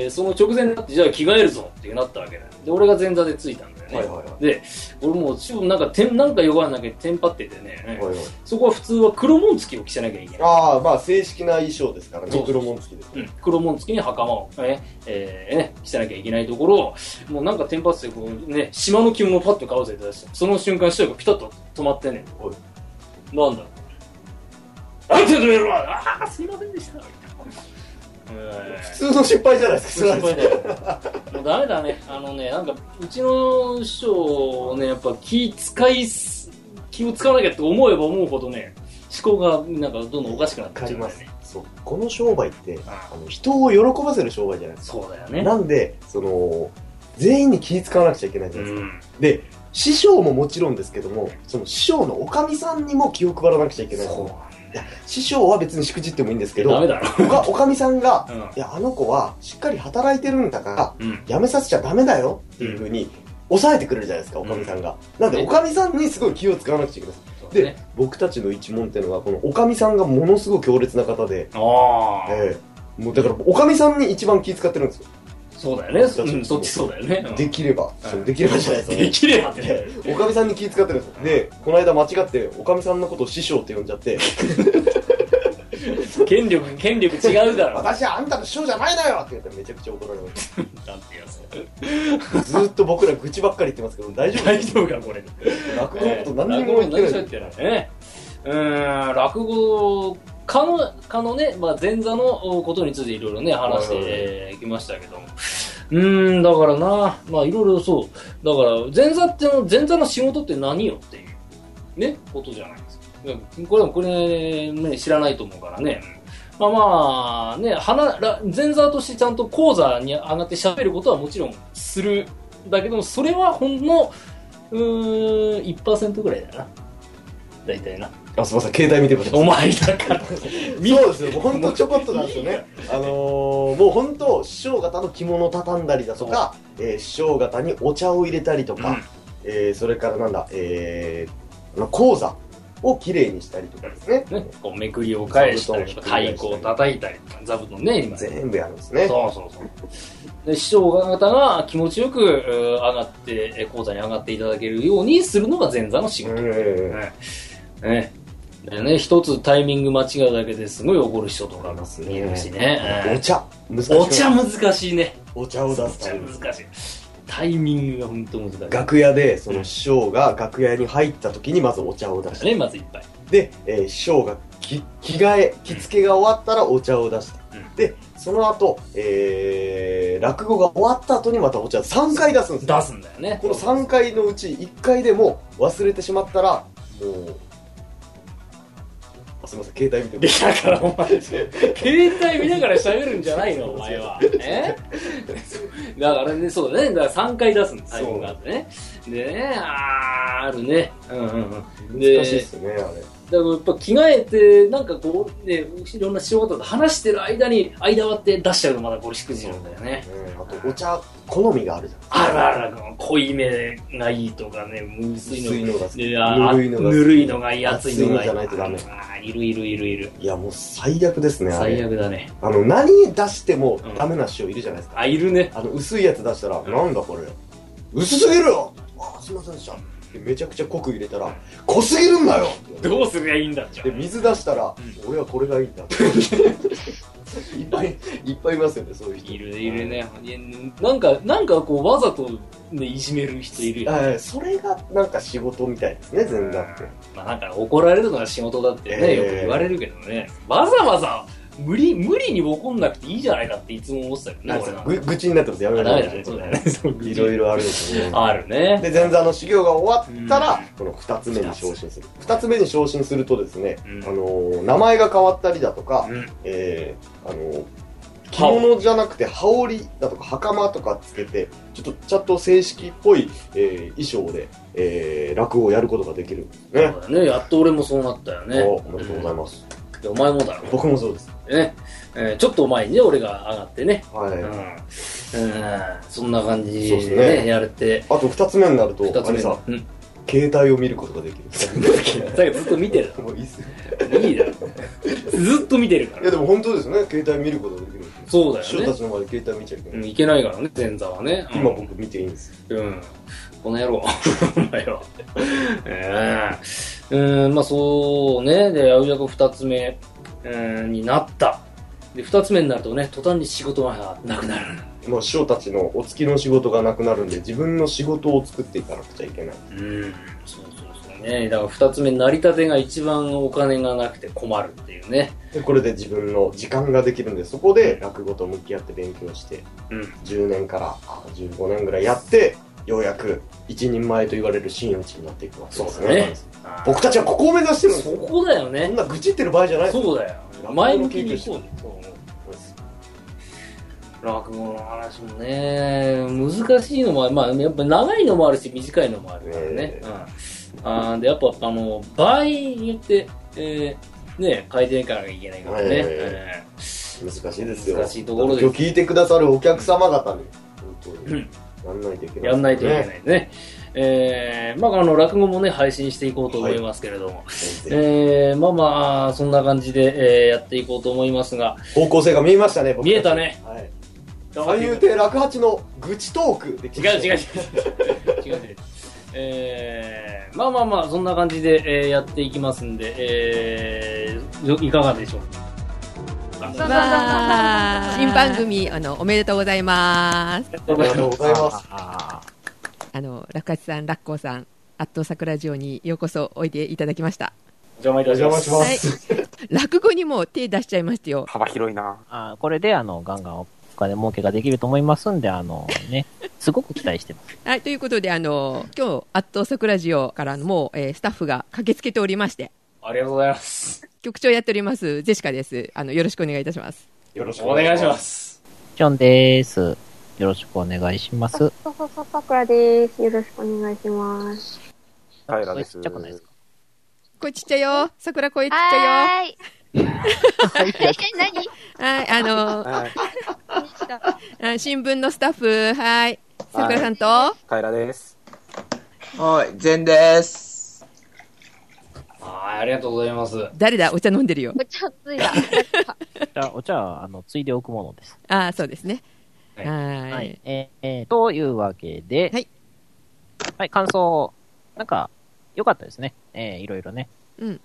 [SPEAKER 1] ーその直前になって、じゃあ着替えるぞってなったわけだよ。で、俺が前座で着いたんだよね。
[SPEAKER 2] はいはいは
[SPEAKER 1] で、俺もう、ちょなんか、てんなんかよくわかんなきゃテンパっててね、
[SPEAKER 2] はいはい
[SPEAKER 1] そこは普通は黒紋付きを着せなきゃいけない。
[SPEAKER 2] ああ、まあ正式な衣装ですから
[SPEAKER 1] そう
[SPEAKER 2] ね
[SPEAKER 1] そ。う
[SPEAKER 2] 黒紋付きですか
[SPEAKER 1] うん黒紋付きに袴を、ねえーね、着せなきゃいけないところを、もうなんかテンパってこう、ね、島の着物をパッと買おうぜって出して、その瞬間、視聴がピタッと止まってね、
[SPEAKER 2] おい
[SPEAKER 1] なんだなんて止めろああ、すいませんで
[SPEAKER 2] <laughs>
[SPEAKER 1] した。えー
[SPEAKER 2] ら。普通の失敗じゃないですか、それは
[SPEAKER 1] もうダメだねあのねなんかうちの師匠をねやっぱ気使いす気を使わなきゃって思えば思うほどね思考がなんかどんどんおかしくなっ
[SPEAKER 2] わ
[SPEAKER 1] て
[SPEAKER 2] かりま
[SPEAKER 1] っ
[SPEAKER 2] す
[SPEAKER 1] ちゃう。
[SPEAKER 2] そう。この商売って、
[SPEAKER 1] あ
[SPEAKER 2] あの人を喜ばせる商売じゃないです
[SPEAKER 1] そうだよ
[SPEAKER 2] か。
[SPEAKER 1] ね
[SPEAKER 2] なんで、その、全員に気使わなくちゃいけないじ
[SPEAKER 1] う
[SPEAKER 2] ゃないですか。
[SPEAKER 1] ん
[SPEAKER 2] で、師匠ももちろんですけども、その師匠のおかみさんにも気を配らなくちゃいけない。
[SPEAKER 1] そう
[SPEAKER 2] 師匠は別にしくじってもいいんですけ
[SPEAKER 1] ダメ
[SPEAKER 2] ど、
[SPEAKER 1] だろ
[SPEAKER 2] おかおかみさんが、
[SPEAKER 1] うん
[SPEAKER 2] いや、あの子はしっかり働いてるんだか
[SPEAKER 1] う
[SPEAKER 2] ら、
[SPEAKER 1] ん
[SPEAKER 2] やめさせちゃダメだよっていうふうに抑えてくれるじゃないですか、おかみさんが。なんで、
[SPEAKER 1] ね
[SPEAKER 2] おかみさんにすごい気を使わなくちゃいけないです。
[SPEAKER 1] そうだ
[SPEAKER 2] で
[SPEAKER 1] ね、
[SPEAKER 2] 僕たちの一門っていうのは、このおかみさんがものすごく強烈な方で、
[SPEAKER 1] ああ、
[SPEAKER 2] ええもうだから、おかみさんに一番気使ってるんですよ。
[SPEAKER 1] そうだよねそ,、、
[SPEAKER 2] そううん
[SPEAKER 1] そっちそうだよね、うん
[SPEAKER 2] できれば、
[SPEAKER 1] うん
[SPEAKER 2] そのできればじゃない
[SPEAKER 1] で
[SPEAKER 2] です
[SPEAKER 1] きればっ
[SPEAKER 2] か。
[SPEAKER 1] て
[SPEAKER 2] ええおかみさんに気使ってるんですよ。で、この間間違って、おかみさんのことを師匠って呼んじゃって、
[SPEAKER 1] 権力権力違うだろ
[SPEAKER 2] 私はあんたの師匠じゃないのよって言ってめちゃくちゃ怒られまし
[SPEAKER 1] なんてやつ
[SPEAKER 2] た。ずーっと僕ら愚痴ばっかり言ってますけど、大丈夫
[SPEAKER 1] 大
[SPEAKER 2] です
[SPEAKER 1] 丈夫かこれ
[SPEAKER 2] 落語のこと何にも言ってない。
[SPEAKER 1] 落語のこと何も言ってないねうーん落語かのかのね、まあ、前座のことについていろいろね話し
[SPEAKER 2] はいはいは
[SPEAKER 1] てきましたけどもうーんだからなまあいろいろそうだから前座っての前座の仕事って何よっていうねことじゃないですかうんこれもこれ、ね、知らないと思うからねまあまあね話ら前座としてちゃんと講座に上がって喋ることはもちろんするだけどもそれはほんのうーん1%ぐらいだな大体 <laughs> な
[SPEAKER 2] あ、すいません、携帯見てました
[SPEAKER 1] お。前だから
[SPEAKER 2] そうですよ、もうほんとちょこっとなんですよね。あのー、もうほんと、師匠方の着物を畳んだりだとか、えー師匠方にお茶を入れたりとか、
[SPEAKER 1] うん
[SPEAKER 2] えーそれからなんだ、えー、あの講座をきれいにしたりとかですね。
[SPEAKER 1] ね、こうめくりを返したりとか
[SPEAKER 2] 座布
[SPEAKER 1] 太
[SPEAKER 2] 団を
[SPEAKER 1] 鼓を叩いたりとか座布団ね今ね
[SPEAKER 2] 全部やるんですね。
[SPEAKER 1] そうそうそうで師匠方が気持ちよくうー上がってえ講座に上がっていただけるようにするのが前座の仕
[SPEAKER 2] う
[SPEAKER 1] 事、
[SPEAKER 2] ん。
[SPEAKER 1] ねでね一つタイミング間違うだけですごい怒る人とか
[SPEAKER 2] ります
[SPEAKER 1] いるしね
[SPEAKER 2] お茶。難しい
[SPEAKER 1] お茶難しいね
[SPEAKER 2] お茶を
[SPEAKER 1] お
[SPEAKER 2] 出
[SPEAKER 1] 茶
[SPEAKER 2] すタイミング
[SPEAKER 1] 難しいタイミングが本当難しい
[SPEAKER 2] 楽屋で、その師匠が楽屋に入った時にまずお茶を出して、
[SPEAKER 1] ねまず一杯
[SPEAKER 2] で、えー師匠がき着替え、着付けが終わったらお茶を出して、
[SPEAKER 1] うん
[SPEAKER 2] で、その後、えー、落語が終わった後にまたお茶3回出すんですよ。
[SPEAKER 1] 出すんだよね
[SPEAKER 2] この3回のうち1回でも忘れてしまったら、もう、あすみません、携帯見て
[SPEAKER 1] で
[SPEAKER 2] ます。
[SPEAKER 1] だからお前、携帯見ながら喋るんじゃないの、お前
[SPEAKER 2] <laughs>
[SPEAKER 1] は。えだからね、そうだね、だから3回出すんです、タイミングがあってね。でね、あー、あるね。うんうんうん。だかで
[SPEAKER 2] 難しいっすね、あれ。
[SPEAKER 1] らやっぱ着替えて、なんかこう、ね、いろんな仕事と話してる間に、間割って出しちゃうのまだこれしくじるんだよね。
[SPEAKER 2] うん、あと、お茶、好みがあるじゃん。
[SPEAKER 1] あらあら、濃いめがいいとかね、薄いの
[SPEAKER 2] 薄いのが好
[SPEAKER 1] い
[SPEAKER 2] き。
[SPEAKER 1] やぬ
[SPEAKER 2] ぬるいのが好き
[SPEAKER 1] るいのがいい、熱いのがいい。
[SPEAKER 2] 熱いのじゃないとダメ
[SPEAKER 1] あーいるいるいるいる。
[SPEAKER 2] いや、もう最悪ですね、あ
[SPEAKER 1] 最
[SPEAKER 2] れ。
[SPEAKER 1] 悪だね。
[SPEAKER 2] あの、何出してもダメな師匠いるじゃないですか。
[SPEAKER 1] あ、いるね。
[SPEAKER 2] あの薄いやつ出したら、なんだこれ薄すぎるよあすいませんでしたでめちゃくちゃ濃く入れたら濃すぎるんだよ
[SPEAKER 1] どうすりゃいいんだっちゃ
[SPEAKER 2] で水出したら、
[SPEAKER 1] う
[SPEAKER 2] 俺はこれがいい
[SPEAKER 1] <laughs>
[SPEAKER 2] んだいっぱいいっぱいいますよねそういう人
[SPEAKER 1] いるねいるね、なんかなんかこうわざと、ね、いじめる人いるよ、
[SPEAKER 2] はいそれがなんか仕事みたいですね全然って
[SPEAKER 1] まあ、なんか怒られるのが仕事だってね、
[SPEAKER 2] ええ
[SPEAKER 1] よく言われるけどねわざわざ無理無理に怒んなくていいじゃないかっていつも思ってたけどね俺は
[SPEAKER 2] ぐ愚痴になってますやめ
[SPEAKER 1] あダ
[SPEAKER 2] な
[SPEAKER 1] メ
[SPEAKER 2] い
[SPEAKER 1] だねそうだねそう
[SPEAKER 2] <laughs> いろいろあるんですよね
[SPEAKER 1] あるね
[SPEAKER 2] で前座の修行が終わったら、
[SPEAKER 1] うん
[SPEAKER 2] この2つ目に昇進する2つ目に昇進するとですね、
[SPEAKER 1] うん
[SPEAKER 2] あのー名前が変わったりだとか、
[SPEAKER 1] うん
[SPEAKER 2] えーあの着
[SPEAKER 1] 羽織
[SPEAKER 2] 物じゃなくて羽織だとか袴とかつけてちょっとちゃんと正式っぽい、えー衣装で、えー落語をやることができるんですね
[SPEAKER 1] そうだねやっと俺もそうなったよね
[SPEAKER 2] おおめでとうございます、
[SPEAKER 1] でお前もだろ
[SPEAKER 2] 僕もそうです
[SPEAKER 1] ね、えーちょっと前にね俺が上がってね
[SPEAKER 2] はい、
[SPEAKER 1] うん、うん、
[SPEAKER 2] あ
[SPEAKER 1] そんな感じ
[SPEAKER 2] そう
[SPEAKER 1] で
[SPEAKER 2] です
[SPEAKER 1] ね
[SPEAKER 2] ね
[SPEAKER 1] やれて
[SPEAKER 2] と2つ目になると
[SPEAKER 1] 二つ
[SPEAKER 2] あ
[SPEAKER 1] 目
[SPEAKER 2] れさ
[SPEAKER 1] うん
[SPEAKER 2] あ携帯を見ることができる。
[SPEAKER 1] <laughs> だけどずっと見てる
[SPEAKER 2] もういいっすよ
[SPEAKER 1] だろいいだろずっと見てるか
[SPEAKER 2] いや
[SPEAKER 1] ら
[SPEAKER 2] でも本当ですよね、携帯見ることができるんですよ。
[SPEAKER 1] そうだよね
[SPEAKER 2] 人たちの前で携帯見ちゃいけ
[SPEAKER 1] う
[SPEAKER 2] ない。
[SPEAKER 1] んいけないからね前座はね、うん
[SPEAKER 2] 今僕見ていいんですよ。
[SPEAKER 1] うん。この野郎。お前は。ええうん、まあそうね。で、やうやく二つ目、うん、になった。で、二つ目になるとね、途端に仕事がなくなる。
[SPEAKER 2] もう師匠たちのお付きの仕事がなくなるんで、自分の仕事を作っていかなくちゃいけない。
[SPEAKER 1] うん。そうそうそうね。だから二つ目、成り立てが一番お金がなくて困るっていうね。
[SPEAKER 2] で、これで自分の時間ができるんで、そこで落語と向き合って勉強して、
[SPEAKER 1] うん。
[SPEAKER 2] 10年からあ15年ぐらいやって、ようやく一人前と言われる真打ちになっていくわけですね。
[SPEAKER 1] そうです
[SPEAKER 2] 僕たちはここを目指してるんです
[SPEAKER 1] そ
[SPEAKER 2] よ。
[SPEAKER 1] こだよ
[SPEAKER 2] そん
[SPEAKER 1] ね。
[SPEAKER 2] な愚痴ってる場合じゃないです
[SPEAKER 1] そうだよ。前向きに行こうね。そう落語の話もね、難しいのもある、まあ、やっぱ長いのもあるし、短いのもあるからね。
[SPEAKER 2] え
[SPEAKER 1] うん、あーで、やっぱ、あの、場合によって、えー、ね、変えていかなきゃいけないからね。
[SPEAKER 2] え難しいですよ。
[SPEAKER 1] 難しいところです
[SPEAKER 2] 今日聞いてくださるお客様方に、本当
[SPEAKER 1] う
[SPEAKER 2] に
[SPEAKER 1] ん、
[SPEAKER 2] やんないとい
[SPEAKER 1] う
[SPEAKER 2] け
[SPEAKER 1] ん
[SPEAKER 2] ない。
[SPEAKER 1] やんないといけない
[SPEAKER 2] ね。
[SPEAKER 1] ね。えー、まあ、あの、落語もね、配信していこうと思いますけれども。
[SPEAKER 2] 先生
[SPEAKER 1] えー、まあまあ、そんな感じで、えーやっていこうと思いますが、
[SPEAKER 2] 方向性が見えましたね、僕
[SPEAKER 1] 見えたね。
[SPEAKER 2] はい。三遊亭落八の愚痴トークで
[SPEAKER 1] 違う違う違う違う違うえー、まあまあまあそんな感じで、えーやっていきますんで、えー、いかがでしょうか
[SPEAKER 3] わー <laughs> 新番組あのおめでとうございます。
[SPEAKER 2] ありがとうございます。
[SPEAKER 3] あの落八さん、落光さん、アット桜ジオにようこそおいでいただきました。
[SPEAKER 1] お邪魔いたします
[SPEAKER 2] お邪魔しま
[SPEAKER 3] はい。 <laughs> 落語にも手出しちゃいましたよ。
[SPEAKER 4] 幅広いな。
[SPEAKER 5] あーこれで、あの、ガンガンお金儲けができると思いますんで、あの、 <laughs> ね、すごく期待してます。
[SPEAKER 3] はいということであの今日アット桜ジオからのもう、えースタッフが駆けつけておりまして
[SPEAKER 1] ありがとうございます
[SPEAKER 3] 局長やっておりますジェシカです。あのよろしくお願いいたします。
[SPEAKER 2] よろしく。
[SPEAKER 1] お願いしますす
[SPEAKER 5] ジョンです。よろしくお願いします。
[SPEAKER 6] そうそうそう、さくらです。よろしくお願いします。
[SPEAKER 4] 平です
[SPEAKER 5] ちっちゃくないですか
[SPEAKER 3] 声ちっちゃいよ。桜声ちっちゃいよ。
[SPEAKER 6] い。何
[SPEAKER 3] はいあの
[SPEAKER 4] はい、
[SPEAKER 3] あ新聞のスタッフはい桜さんと、
[SPEAKER 4] 平です。
[SPEAKER 7] はい、全です。
[SPEAKER 1] はいありがとうございます
[SPEAKER 3] 誰だお茶飲んでるよ。
[SPEAKER 6] お茶ついだ。
[SPEAKER 5] じゃあ、お茶は、あの、ついでおくものです。
[SPEAKER 3] ああ、そうですね。
[SPEAKER 1] は
[SPEAKER 3] はいい。
[SPEAKER 5] はい。えーえーというわけで、
[SPEAKER 3] はい。
[SPEAKER 5] はい、感想、なんか、良かったですね。えーいろいろね。
[SPEAKER 3] や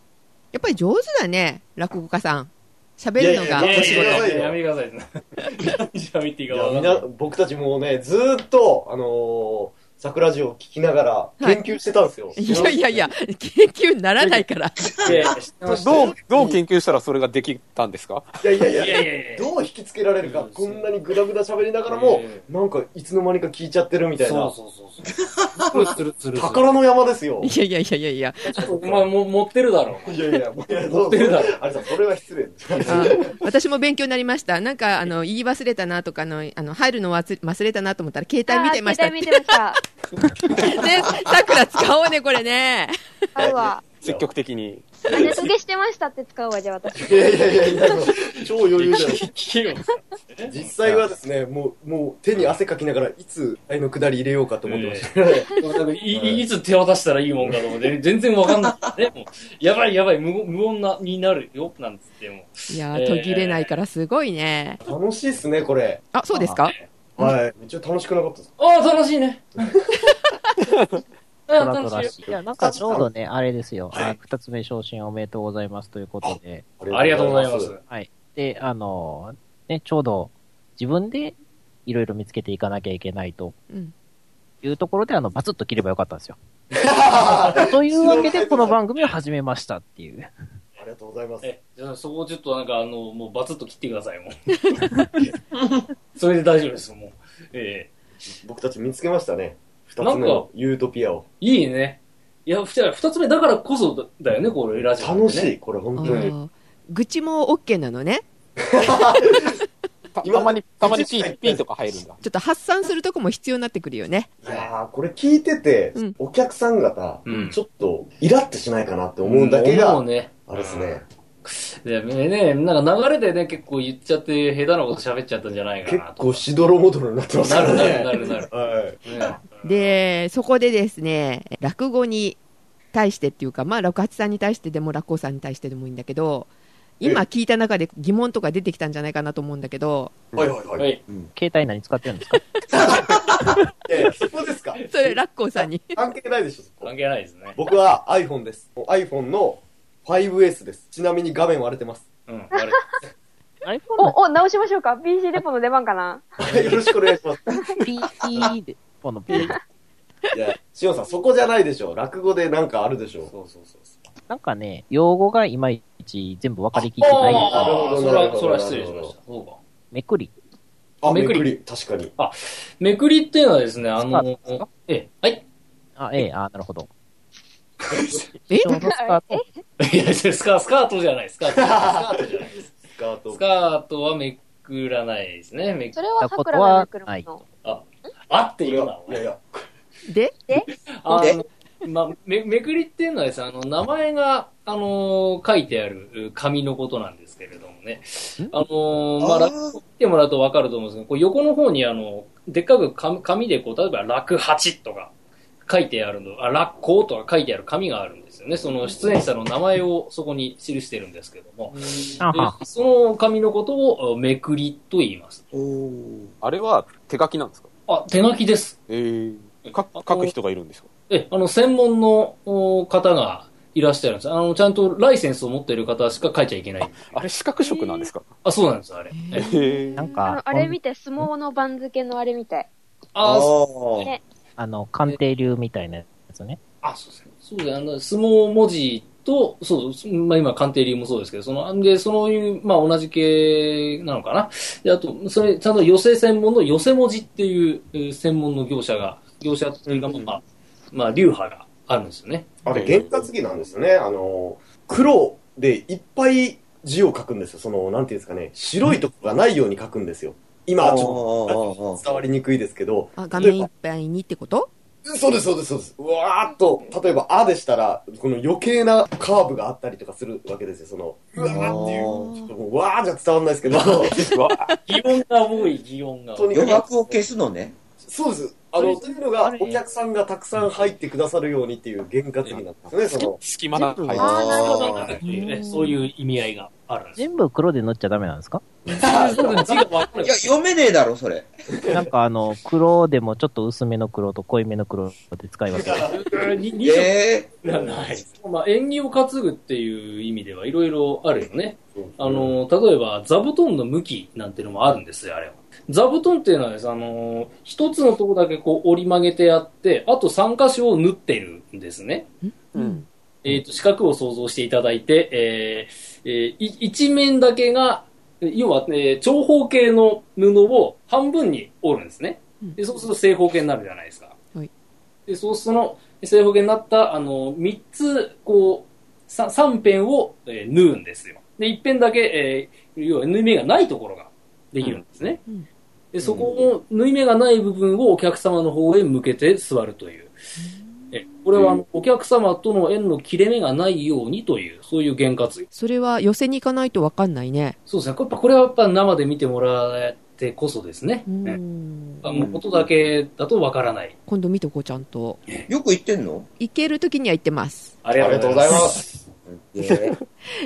[SPEAKER 3] っぱり上手だね、落語家さん。喋るの
[SPEAKER 2] あ
[SPEAKER 3] が
[SPEAKER 2] い
[SPEAKER 3] お仕
[SPEAKER 2] いやい
[SPEAKER 3] 事。
[SPEAKER 2] 事
[SPEAKER 1] やめてください何喋っていい
[SPEAKER 2] い
[SPEAKER 1] か
[SPEAKER 2] や
[SPEAKER 1] 分か
[SPEAKER 2] み
[SPEAKER 1] ん
[SPEAKER 2] ん
[SPEAKER 1] な
[SPEAKER 2] ない僕たちもうね、ずーっと、あのー、桜ジオを聞きながら研究してたんですよ。
[SPEAKER 3] いやいやいや、研究にならないから。
[SPEAKER 1] で知ってました
[SPEAKER 4] どう、どう研究したらそれができたんですか
[SPEAKER 2] いやいやい
[SPEAKER 1] いや
[SPEAKER 2] や
[SPEAKER 1] いやいや
[SPEAKER 2] どう引きつけられるか、
[SPEAKER 1] うん
[SPEAKER 2] こんなにグダグダ喋りながらも、
[SPEAKER 1] え
[SPEAKER 2] なんかいつの間にか聞いちゃってるみたい
[SPEAKER 1] そう
[SPEAKER 2] な、
[SPEAKER 1] そうそうそうつるつるつる
[SPEAKER 2] 宝の山ですよ。
[SPEAKER 3] いやいやいやいやいや。
[SPEAKER 1] お前も持ってるだろ
[SPEAKER 2] いやいや、もういや、
[SPEAKER 1] 持ってるだろ
[SPEAKER 2] あれさん、それは失礼。
[SPEAKER 3] あ私も勉強になりました。なんか、あの、言い忘れたなとかの、あの、入るの忘忘れたなと思ったら、携帯見てました。
[SPEAKER 6] あー携帯
[SPEAKER 3] ね
[SPEAKER 6] 見、てました。
[SPEAKER 3] <laughs> 桜使おうね、これね。
[SPEAKER 6] 買うわ。
[SPEAKER 4] 積極的に。
[SPEAKER 6] あ、ネトゲしてましたって使うわ、じゃあ私。
[SPEAKER 2] いやいやいやいや、超余裕じゃない
[SPEAKER 1] 聞けよ
[SPEAKER 2] 実際はですね、もう、もう手に汗かきながら、いつ愛の下り入れようかと思ってました。 <laughs>
[SPEAKER 1] なんかいいいつ手渡したらいいもんかと思って、全然わかんない。ね、もうやばいやばい、無無音なになるよ、なんつっても。
[SPEAKER 3] いや
[SPEAKER 1] えー
[SPEAKER 3] ー、途切れないからすごいね。
[SPEAKER 2] 楽しいっすね、これ。
[SPEAKER 3] あ、そうですか
[SPEAKER 2] はい。めっちゃ楽しくなかったです
[SPEAKER 1] ああ、楽しいね。 <laughs> あ
[SPEAKER 5] ト
[SPEAKER 1] あ、
[SPEAKER 5] ラト
[SPEAKER 1] 楽
[SPEAKER 5] ラ
[SPEAKER 1] し
[SPEAKER 5] しい。いや、なんかちょうどね、あれですよ。あ二つ目昇進おめでとうございますということで、
[SPEAKER 1] い。ありがとうございます。。
[SPEAKER 5] で、あの、ね、ちょうど自分でいろいろ見つけていかなきゃいけないと
[SPEAKER 3] うん。
[SPEAKER 5] いうところで、あの、バツッと切ればよかったんですよ。というわけで、この番組を始めましたっていう。
[SPEAKER 2] ありがとうございます。
[SPEAKER 1] え、じゃあそこをちょっとなんか、あの、もうバツッと切ってください、もう。
[SPEAKER 2] <laughs>
[SPEAKER 1] それで大丈夫です、もう。え
[SPEAKER 2] 僕たち見つけましたね。二
[SPEAKER 1] な
[SPEAKER 2] つ
[SPEAKER 1] ん
[SPEAKER 2] 目
[SPEAKER 1] か
[SPEAKER 2] のユートピアを。
[SPEAKER 1] えいいね。いや、ふた二つ目だからこそだだよね、これ、ラジオ、ね。
[SPEAKER 2] 楽しい、これ、本
[SPEAKER 3] あ
[SPEAKER 2] 当に。
[SPEAKER 3] ー愚痴も OK なのね。
[SPEAKER 4] た
[SPEAKER 2] 今
[SPEAKER 4] たまに、たまに
[SPEAKER 2] 口
[SPEAKER 4] P、
[SPEAKER 2] 伝え
[SPEAKER 4] P とか入るんだ。
[SPEAKER 3] ちょっと発散するとこも必要になってくるよね。
[SPEAKER 2] いやーこれ聞いてて、
[SPEAKER 3] うん
[SPEAKER 2] お客さん方、
[SPEAKER 1] うん
[SPEAKER 2] ちょっとイラッとしないかなって思うだけ
[SPEAKER 1] 思う
[SPEAKER 2] が、
[SPEAKER 1] ね。
[SPEAKER 2] あれですね、
[SPEAKER 1] でね、なんか流れでね、結構言っちゃって、下手なこと喋っちゃったんじゃないか
[SPEAKER 2] 結
[SPEAKER 1] なと。
[SPEAKER 2] 構しどろもどろになってます
[SPEAKER 1] な
[SPEAKER 2] から
[SPEAKER 1] るなる
[SPEAKER 2] ね。
[SPEAKER 1] なるなる。
[SPEAKER 2] はい。
[SPEAKER 1] ね
[SPEAKER 3] でそこでですね落語に対してっていうか、まあ、落八さんに対してでも落語さんに対してでもいいんだけど今聞いた中で疑問とか出てきたんじゃないかなと思うんだけど
[SPEAKER 2] はいはいはい。
[SPEAKER 1] はい。
[SPEAKER 5] 携帯何使ってるんですか
[SPEAKER 2] えやそこですか
[SPEAKER 3] それ落語さんに
[SPEAKER 2] 関係ないでしょ、そこ
[SPEAKER 1] 関係ないですね。
[SPEAKER 2] 僕は iPhone です。iPhone の 5S です。ちなみに画面割れてます。
[SPEAKER 1] うん。悪い
[SPEAKER 5] ?iPhone
[SPEAKER 6] お、お、直しましょうか。PC レポの出番かな。
[SPEAKER 2] よろしくお願いします。
[SPEAKER 5] ピーで、このピー。
[SPEAKER 2] <laughs> いや、しおんさん、そこじゃないでしょ。落語でなんかあるでしょ。
[SPEAKER 1] そうそうそうそ
[SPEAKER 5] なんかね、用語がいまいち全部分かりきっ
[SPEAKER 1] う。
[SPEAKER 5] てない。
[SPEAKER 1] あ
[SPEAKER 2] なるほ
[SPEAKER 1] あ、
[SPEAKER 2] ど
[SPEAKER 1] それ
[SPEAKER 2] なる
[SPEAKER 1] は、
[SPEAKER 2] ほど
[SPEAKER 1] それは失礼しました。そうか。
[SPEAKER 5] めくり。
[SPEAKER 2] あ、
[SPEAKER 1] め
[SPEAKER 2] め
[SPEAKER 1] くり
[SPEAKER 2] くり。確かに。
[SPEAKER 1] めくりっていうのはですね、あ
[SPEAKER 5] スカ
[SPEAKER 1] の
[SPEAKER 5] ートですか、
[SPEAKER 1] ええ、はい。
[SPEAKER 5] あ、ええ、あ、なるほど。
[SPEAKER 3] え
[SPEAKER 5] ちょうどスカート。
[SPEAKER 1] いや、スカスカートじゃない、スカート。スカートじゃない。
[SPEAKER 2] スカー <laughs> ト
[SPEAKER 1] ス。カートはめくらないですね。めく
[SPEAKER 6] それは桜が来るも
[SPEAKER 5] はい
[SPEAKER 6] の。
[SPEAKER 1] あって
[SPEAKER 2] い
[SPEAKER 1] 言うな、お
[SPEAKER 2] やい
[SPEAKER 1] 前。
[SPEAKER 2] や、
[SPEAKER 3] で
[SPEAKER 1] あの、まあ、め、めくりっていうのはですね、あの、名前が、あのー書いてある紙のことなんですけれどもね。あのーまあ、
[SPEAKER 2] あー
[SPEAKER 1] 落語見てもらうとわかると思うんですけど、こう横の方にあの、でっかく紙紙でこう、例えば落八とか書いてあるの、あ、落語とか書いてある紙があるんですよね。その出演者の名前をそこに記してるんですけども。
[SPEAKER 5] あ
[SPEAKER 1] で
[SPEAKER 5] は。
[SPEAKER 1] その紙のことをあめくりと言います。
[SPEAKER 4] あれは手書きなんですか
[SPEAKER 1] あ、手書きです。
[SPEAKER 4] ええ。か書く人がいるんですか
[SPEAKER 1] え、あの、専門のお方がいらっしゃるんです。あの、ちゃんとライセンスを持っている方しか書いちゃいけない。
[SPEAKER 4] あれ、視覚色なんですか
[SPEAKER 1] あ、そうなんです、あれ。え
[SPEAKER 4] え
[SPEAKER 5] なん
[SPEAKER 6] あ
[SPEAKER 5] か
[SPEAKER 6] の、あれ見て、相撲の番付のあれみたい。
[SPEAKER 1] あ、そう
[SPEAKER 2] ー
[SPEAKER 5] あの、鑑定流みたいなやつね。
[SPEAKER 1] あ、そうですね。そうですね。あの、相撲文字と、そうそう、まあ今、鑑定理由もそうですけど、その、んで、そのいう、まあ同じ系なのかな。で、あと、それ、ちゃんと寄せ専門の寄せ文字っていうえー専門の業者が、業者っていうか、まあ、まあ、流派があるんですよね。
[SPEAKER 2] あれ、原価付きなんですね。あの、黒でいっぱい字を書くんですよ。その、なんていうんですかね、白いとこがないように書くんですよ。今、ちょっと伝わりにくいですけど、
[SPEAKER 3] あ画面いっぱいにってこと
[SPEAKER 2] そうです、そうです、そうです。うわーっと、例えば、あでしたら、この余計なカーブがあったりとかするわけですよ、その、うわーっていう、ちょっともう、うわーじゃ伝わんないで
[SPEAKER 1] <laughs>
[SPEAKER 2] すけど、本
[SPEAKER 4] ー。わあ
[SPEAKER 1] 擬音が多い、擬音が
[SPEAKER 2] 当に
[SPEAKER 7] 余白を消すのね。
[SPEAKER 2] そうです。あの、というのが、お客さんがたくさん入ってくださるようにっていう原価的なんですね、その。
[SPEAKER 4] 隙間が入って
[SPEAKER 7] あーなるほど
[SPEAKER 1] ね <laughs> そういう意味合いがあるんですよ。
[SPEAKER 5] 全部黒で塗っちゃダメなんですか
[SPEAKER 1] 字が分かる <laughs>
[SPEAKER 7] いや、読めねえだろ、それ。
[SPEAKER 5] なんかあの、黒でもちょっと薄めの黒と濃いめの黒で使い分ける。
[SPEAKER 1] に
[SPEAKER 7] え
[SPEAKER 1] に
[SPEAKER 7] え
[SPEAKER 1] なない。まあ、縁起を担ぐっていう意味ではいろいろあるよね。あの、例えば、座布団の向きなんてのもあるんですよ、あれは。座布団っていうのはですね、あの、一つのとこだけこう折り曲げてやって、あと3箇所を縫ってるんですね。
[SPEAKER 4] うん。
[SPEAKER 1] えっ、と、四角を想像していただいて、えーえーい一面だけが、要は、えー長方形の布を半分に折るんですね。で、そうすると正方形になるじゃないですか。
[SPEAKER 3] はい
[SPEAKER 1] で、そうその正方形になった、あの、三つ、こう、さ三辺を、えー縫うんですよ。で、一辺だけ、えー要は縫い目がないところができるんですね。
[SPEAKER 3] うん
[SPEAKER 1] で、そこの縫い目がない部分をお客様の方へ向けて座るという。えこれは、あのお客様との縁の切れ目がないようにという、そういう験担ぎ。
[SPEAKER 3] それは寄せに行かないと分かんないね
[SPEAKER 1] そうですね。これやっぱこれはやっぱ生で見てもらってこそですね。
[SPEAKER 3] う
[SPEAKER 1] ね
[SPEAKER 3] ん
[SPEAKER 1] あの音だけだとわからない。
[SPEAKER 3] 今度見とこうちゃんと
[SPEAKER 7] よく言ってんの
[SPEAKER 3] 行ける時には行ってます
[SPEAKER 1] あ。
[SPEAKER 2] ありがとうございますす。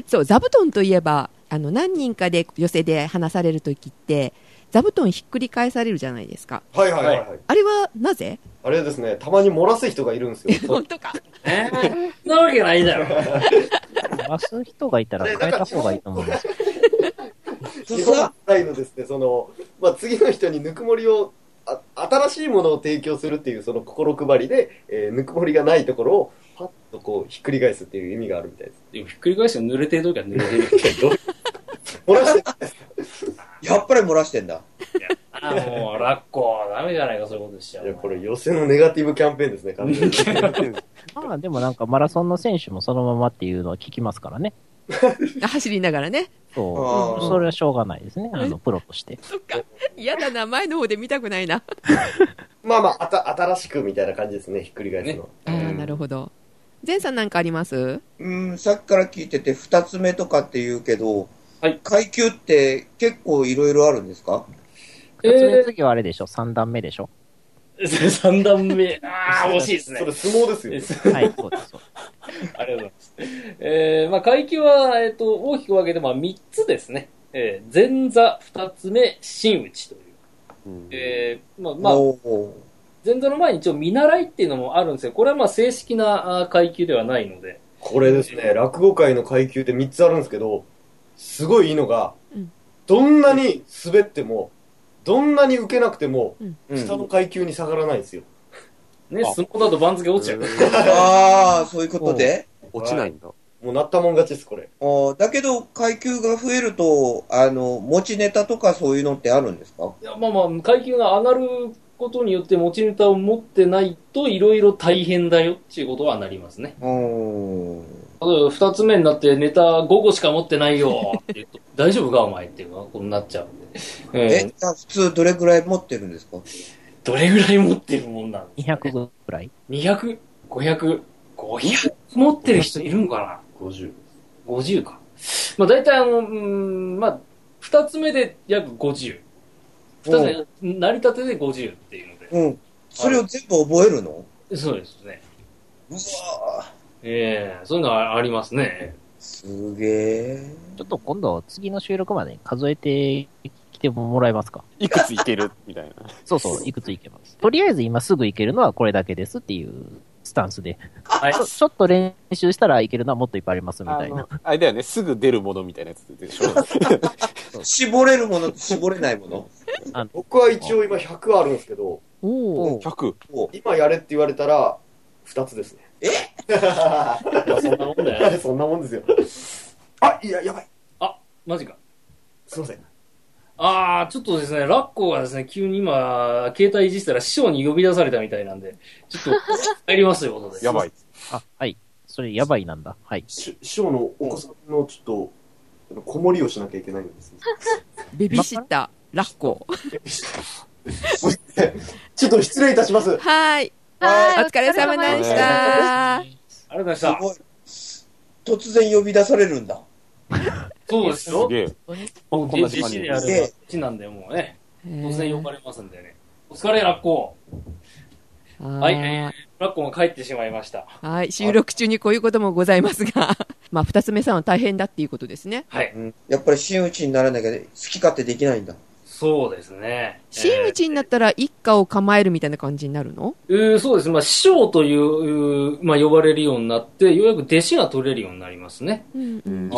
[SPEAKER 3] そう、座布団といえば、あの、何人かで寄席で話されるときって、座布団ひっくり返されるじゃないですか。
[SPEAKER 2] はいはいはいはい。
[SPEAKER 3] あれはなぜ
[SPEAKER 2] あれですね、たまに漏らす人がいるんですよ。
[SPEAKER 3] 本当か。
[SPEAKER 1] えーそんなわけないだろ。
[SPEAKER 2] <laughs>
[SPEAKER 5] 出す人がいたら変えた方がいいと思うんですよ。
[SPEAKER 7] そ
[SPEAKER 2] 日本
[SPEAKER 7] さ、
[SPEAKER 2] 来のですね、その、まあ、次の人にぬくもりを、あ新しいものを提供するっていうその心配りで、えーぬくもりがないところを、パッとこう、ひっくり返すっていう意味があるみたい <laughs> です。
[SPEAKER 1] でもひっくり返して濡れてる時は濡れてる。
[SPEAKER 2] <laughs> 漏らして、
[SPEAKER 7] やっぱり漏らしてんだ。
[SPEAKER 1] あーもう、ラッコ、ダメじゃないか、そういうことしちゃ
[SPEAKER 2] いうや。これ寄せのネガティブキャンペーンですね、完全に。 <laughs>
[SPEAKER 5] まあでもなんかマラソンの選手もそのままっていうのは聞きますからね。
[SPEAKER 3] 走りながらね。
[SPEAKER 5] そ
[SPEAKER 7] あ
[SPEAKER 5] う。
[SPEAKER 7] ー
[SPEAKER 5] それはしょうがないですね。あの、プロとして。
[SPEAKER 3] <laughs> 嫌だな、前の方で見たくないな。
[SPEAKER 2] まあまああた、新しくみたいな感じですね、ひっくり返すのは。
[SPEAKER 3] ああ、なるほど。前さんなんかあります
[SPEAKER 7] うん、さっきから聞いてて、二つ目とかって言うけど、
[SPEAKER 1] はい
[SPEAKER 7] 階級って結構いろいろあるんですか
[SPEAKER 5] 二つ目
[SPEAKER 1] え <laughs>
[SPEAKER 5] 次はあれでしょ三段目でしょ
[SPEAKER 1] ー3段目。ああ、惜しいですね
[SPEAKER 2] そ。れ相撲ですよ。
[SPEAKER 5] はい、そうです。そう
[SPEAKER 1] ありがとうございます。えー、まあ、階級は、えっ、と、大きく分けて、まあ、3つですね。えー、前座、2つ目、真打ちという。
[SPEAKER 4] うん
[SPEAKER 1] えー、まあ、まあ、
[SPEAKER 7] おー
[SPEAKER 1] 前座の前に一応見習いっていうのもあるんですよ。これはまあ、正式なあー階級ではないので。
[SPEAKER 2] これですね、落語界の階級って3つあるんですけど、すごいいいのが、
[SPEAKER 3] うん
[SPEAKER 2] どんなに滑っても、どんなに受けなくても、
[SPEAKER 7] うん
[SPEAKER 2] 下の階級に下がらないんですよ。
[SPEAKER 1] ね、
[SPEAKER 4] あ
[SPEAKER 1] 相撲だと番付落ちちゃう。
[SPEAKER 7] ああ、そういうことで。
[SPEAKER 4] 落ちないんだ。
[SPEAKER 2] もうなったもん勝ちです、これ。
[SPEAKER 7] おーだけど、階級が増えると、あの、持ちネタとかそういうのってあるんですか
[SPEAKER 1] いやまあまあ、階級が上がることによって持ちネタを持ってないといろいろ大変だよっていうことはなりますね。
[SPEAKER 7] うーん。
[SPEAKER 1] 例えば二つ目になってネタ5個しか持ってないよ <laughs> って言うと、大丈夫かお前っていうのがこうなっちゃうんで。え
[SPEAKER 7] え、じゃあ普通どれぐらい持ってるんですか
[SPEAKER 1] どれぐらい持ってるもんなん
[SPEAKER 5] 200ぐらい
[SPEAKER 1] ?200、500、500持ってる人いるんかな ?50。50か。まあ大体あの、うーん、まあ、二つ目で約50。二つ目、成り立てで50っていうので。
[SPEAKER 7] うん。それを全部覚えるの
[SPEAKER 1] そうですね。
[SPEAKER 7] うわー
[SPEAKER 1] ええそういうのはありますね。
[SPEAKER 7] すげえ。
[SPEAKER 5] ちょっと今度、次の収録まで数えてきてもらえますか
[SPEAKER 4] いくついけるみたいな。
[SPEAKER 5] そうそう、いくついけます。とりあえず今すぐいけるのはこれだけですっていうスタンスで、
[SPEAKER 1] はい
[SPEAKER 5] ち。ょちょっと練習したらいけるのはもっといっぱいありますみ
[SPEAKER 4] あ
[SPEAKER 5] たいな
[SPEAKER 4] の。あれだよね、すぐ出るものみたいなやつでしょ。
[SPEAKER 7] 絞れるものと絞れないもの。
[SPEAKER 2] 僕は一応今100あるんですけど、
[SPEAKER 5] おお、
[SPEAKER 4] 100。
[SPEAKER 2] 今やれって言われたら、2つですね。え
[SPEAKER 1] まあそんなもんだよ。
[SPEAKER 2] <laughs> そんなもんですよ。あ、いや、やばい。
[SPEAKER 1] <laughs> マジか。
[SPEAKER 2] すいません。
[SPEAKER 1] ああ、ちょっとですね、ラッコがですね、急に今、携帯いじったら師匠に呼び出されたみたいなんで、ちょっと、入りますよ、ことで。
[SPEAKER 4] やばい。
[SPEAKER 5] あ、はい。それやばいなんだ。はい。
[SPEAKER 2] し師匠のお子さんのちょっと、子守りをしなきゃいけないんです。
[SPEAKER 3] ベビーシッター、ラッコ。
[SPEAKER 2] すいません <laughs> ちょっと失礼いたします。
[SPEAKER 3] はい。お
[SPEAKER 6] はい、
[SPEAKER 3] 疲れ様でし
[SPEAKER 1] あ
[SPEAKER 3] た。
[SPEAKER 1] りがとうご
[SPEAKER 7] す
[SPEAKER 1] ざいまし
[SPEAKER 7] ごい。突然呼び出されるんだ。
[SPEAKER 1] た。そうです
[SPEAKER 4] す
[SPEAKER 1] よ。
[SPEAKER 4] げえ。
[SPEAKER 1] もう
[SPEAKER 4] こんな時
[SPEAKER 1] 弟
[SPEAKER 4] 間
[SPEAKER 1] 子
[SPEAKER 4] に
[SPEAKER 1] でやれば、弟子なんで、もうね、当然呼ばれますんでね。お疲れ、ラッコ。はい、え
[SPEAKER 3] は
[SPEAKER 1] ー、ラッコが帰ってしまいました。
[SPEAKER 3] はい。収録中にこういうこともございますが、まあ、二つ目さんは大変だっていうことですね。
[SPEAKER 1] はい。
[SPEAKER 7] うん。やっぱり真打ちにならなきゃ好き勝手できないんだ。
[SPEAKER 1] そうですね。
[SPEAKER 3] 真打ちになったら一家を構えるみたいな感じになるの
[SPEAKER 1] えーそうですね。まあ、師匠という、うーまあ、呼ばれるようになって、ようやく弟子が取れるようになりますね。
[SPEAKER 3] うん
[SPEAKER 4] うん
[SPEAKER 7] ああ。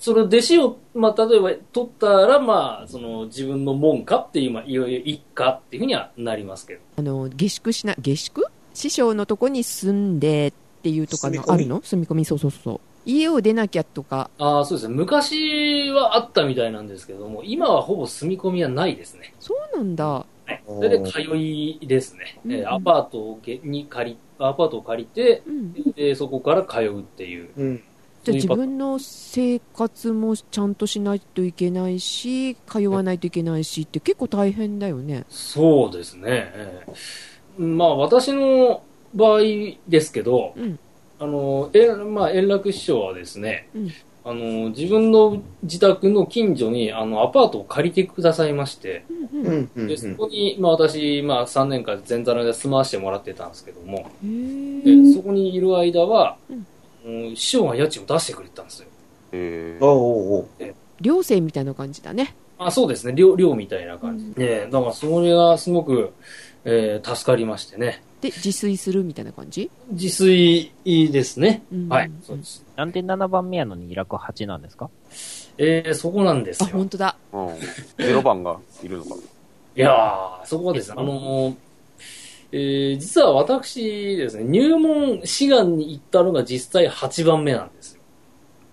[SPEAKER 1] その弟子を、まあ、例えば取ったら、まあ、その自分の門下っていう、まあ、いよいよ一家っていうふうにはなりますけど。
[SPEAKER 3] あの、下宿しな、下宿師匠のとこに住んでっていうとかの
[SPEAKER 7] 住み込み
[SPEAKER 3] あるの住み込み、そうそうそう。家を出なきゃとか、
[SPEAKER 1] ああ、そうですね。昔はあったみたいなんですけども、今はほぼ住み込みはないですね。
[SPEAKER 3] そうなんだ。
[SPEAKER 1] はい。
[SPEAKER 7] お
[SPEAKER 1] そ
[SPEAKER 7] ー
[SPEAKER 1] れで通いですね。えー
[SPEAKER 3] うん
[SPEAKER 1] アパートをけに借り、アパートを借りて、
[SPEAKER 3] うん。
[SPEAKER 1] でそこから通うっていう。
[SPEAKER 7] うん。
[SPEAKER 3] じ
[SPEAKER 1] そ
[SPEAKER 3] ゃあ
[SPEAKER 1] うい
[SPEAKER 3] 自
[SPEAKER 1] うパ
[SPEAKER 3] 分の生活もちゃんとしないといけないし、通わないといけないしって結構大変だよね。
[SPEAKER 1] そうですね。ええまあ、私の場合ですけど、
[SPEAKER 3] うん
[SPEAKER 1] あの、え、まあ、円楽師匠はですね、
[SPEAKER 3] うん
[SPEAKER 1] あの、自分の自宅の近所に、あの、アパートを借りてくださいまして、
[SPEAKER 3] うん
[SPEAKER 7] う
[SPEAKER 3] うん。へ
[SPEAKER 7] ん。うん
[SPEAKER 1] で、そこに、まあ、私、まあ、3年間前座の間住まわしてもらってたんですけども、で
[SPEAKER 3] ー
[SPEAKER 1] そこにいる間は、
[SPEAKER 3] うん
[SPEAKER 1] うん師匠が家賃を出してくれてたんですよ。
[SPEAKER 4] え
[SPEAKER 7] おうおうおう。
[SPEAKER 3] 寮生みたいな感じだね。
[SPEAKER 1] あそうですね、寮、寮みたいな感じ。
[SPEAKER 3] うん
[SPEAKER 1] ねえだから、それがすごく、えー助かりましてね。
[SPEAKER 3] で、自炊するみたいな感じ、
[SPEAKER 1] 自炊ですね。
[SPEAKER 3] うん
[SPEAKER 1] はい、そうです。
[SPEAKER 5] なんで7番目やのに楽8なんですか
[SPEAKER 1] えー、そこなんです
[SPEAKER 3] あ、
[SPEAKER 1] よ
[SPEAKER 3] 本。当だ。
[SPEAKER 4] うん。ゼロ番がいるのか。
[SPEAKER 1] いやー、そこはですね、あのーえー実は私ですね、入門志願に行ったのが実際8番目なんですよ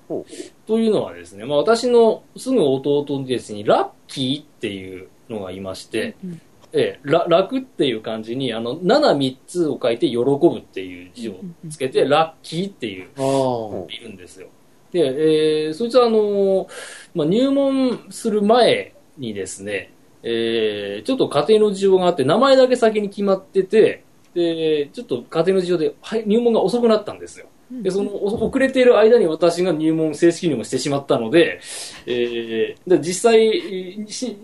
[SPEAKER 4] ほ。
[SPEAKER 1] というのはですね、まあ私のすぐ弟ですね、ラッキーっていうのがいまして、
[SPEAKER 3] うん
[SPEAKER 1] えー、ら楽っていう感じに、あの、7、3つを書いて喜ぶっていう字をつけて、ラッキーっていう
[SPEAKER 7] ああ。
[SPEAKER 1] いるんですよ。で、えーそいつはあのーまあ、入門する前にですね、えーちょっと家庭の事情があって、名前だけ先に決まってて、で、ちょっと家庭の事情で、はい、入門が遅くなったんですよ。で、その、お遅れている間に私が入門、正式入門してしまったので、えーで実際、し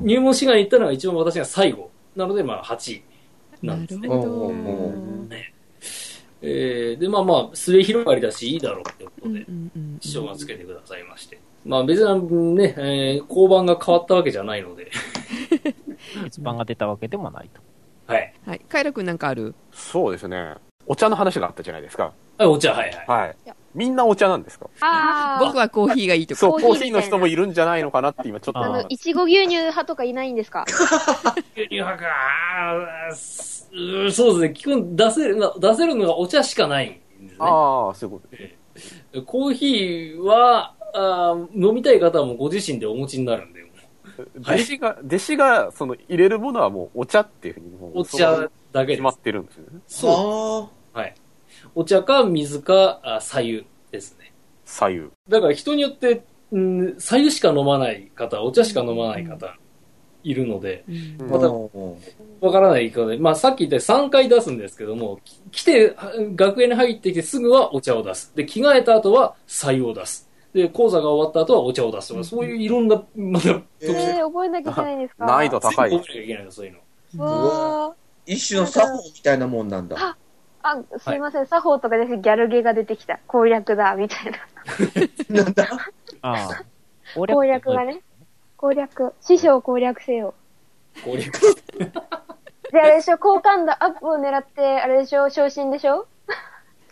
[SPEAKER 1] 入門志願に行ったのは一番私が最後なので、まあ、8位なんですね
[SPEAKER 3] な。るほど。
[SPEAKER 7] うんうん
[SPEAKER 1] えーで、まあまあ、すれ広がりだし、いいだろうってこ
[SPEAKER 3] う
[SPEAKER 1] と
[SPEAKER 3] んう
[SPEAKER 1] で、
[SPEAKER 3] んうん
[SPEAKER 1] 師匠がつけてくださいまして。まあ、別にね、えー交番が変わったわけじゃないので、
[SPEAKER 5] 鉄板が出たわけでもないと。
[SPEAKER 1] <laughs> はい。
[SPEAKER 3] はい。カイラ君なんかある
[SPEAKER 4] そうですね。お茶の話があったじゃないですか。
[SPEAKER 1] はい、お茶、はいはい。
[SPEAKER 4] はい。みんなお茶なんですか
[SPEAKER 8] あ
[SPEAKER 3] 僕
[SPEAKER 8] あ、
[SPEAKER 3] はコーヒーがいいとか。
[SPEAKER 4] そう、コ
[SPEAKER 8] コ
[SPEAKER 4] ー
[SPEAKER 8] ー
[SPEAKER 4] ヒ
[SPEAKER 8] ヒ
[SPEAKER 4] ー
[SPEAKER 8] ー
[SPEAKER 4] の
[SPEAKER 8] の
[SPEAKER 4] 人もいるんじゃないのかなって今ちょっと
[SPEAKER 8] あ
[SPEAKER 4] 思っ
[SPEAKER 8] の
[SPEAKER 4] たん、で
[SPEAKER 8] い
[SPEAKER 4] す。
[SPEAKER 8] ちご牛乳派とかいないんですか
[SPEAKER 1] 牛乳派か、あーすうーそうですね、聞く、出せる、出せるのがお茶しかないんですね。
[SPEAKER 4] ああ、そういうことですね。
[SPEAKER 1] コーヒーは、あー飲みたい方はもうご自身でお持ちになるんで、はい
[SPEAKER 4] 弟子が、弟子が、その、入れるものはもうお茶っていうふうに、もう
[SPEAKER 1] お
[SPEAKER 4] そう
[SPEAKER 1] 茶だけ
[SPEAKER 4] 決
[SPEAKER 1] で
[SPEAKER 4] ますっ。てるんですよね。
[SPEAKER 7] そ
[SPEAKER 1] はい。お茶か水か、あ左右ですね。
[SPEAKER 4] 左右。
[SPEAKER 1] だから人によって、うん、左右しか飲まない方、お茶しか飲まない方、いるので、
[SPEAKER 3] うん
[SPEAKER 7] う。
[SPEAKER 1] またわからない方で、まあさっき言った3回出すんですけども、き来て、は学園に入ってきてすぐはお茶を出す。で、着替えた後は白湯を出す。で、講座が終わった後はお茶を出すとか、そういういろんな、また、
[SPEAKER 7] え
[SPEAKER 6] え
[SPEAKER 7] ー
[SPEAKER 6] ー、覚えなきゃいけないんですか
[SPEAKER 4] 難易度高
[SPEAKER 1] 覚え
[SPEAKER 4] い
[SPEAKER 1] な。きゃいけないの、そういうの。
[SPEAKER 6] うわ
[SPEAKER 7] 一種の作法みたいなもんなんだ。
[SPEAKER 6] ーあ、すいません、作法とかですギャルゲーが出てきた。攻略だ、みたいな。
[SPEAKER 7] なんだ
[SPEAKER 5] ああ。
[SPEAKER 6] 攻略がね。攻略。師匠を攻略せよ。
[SPEAKER 1] 攻略。
[SPEAKER 6] で、あれでしょ、好感度アップを狙って、あれでしょ、昇進でしょ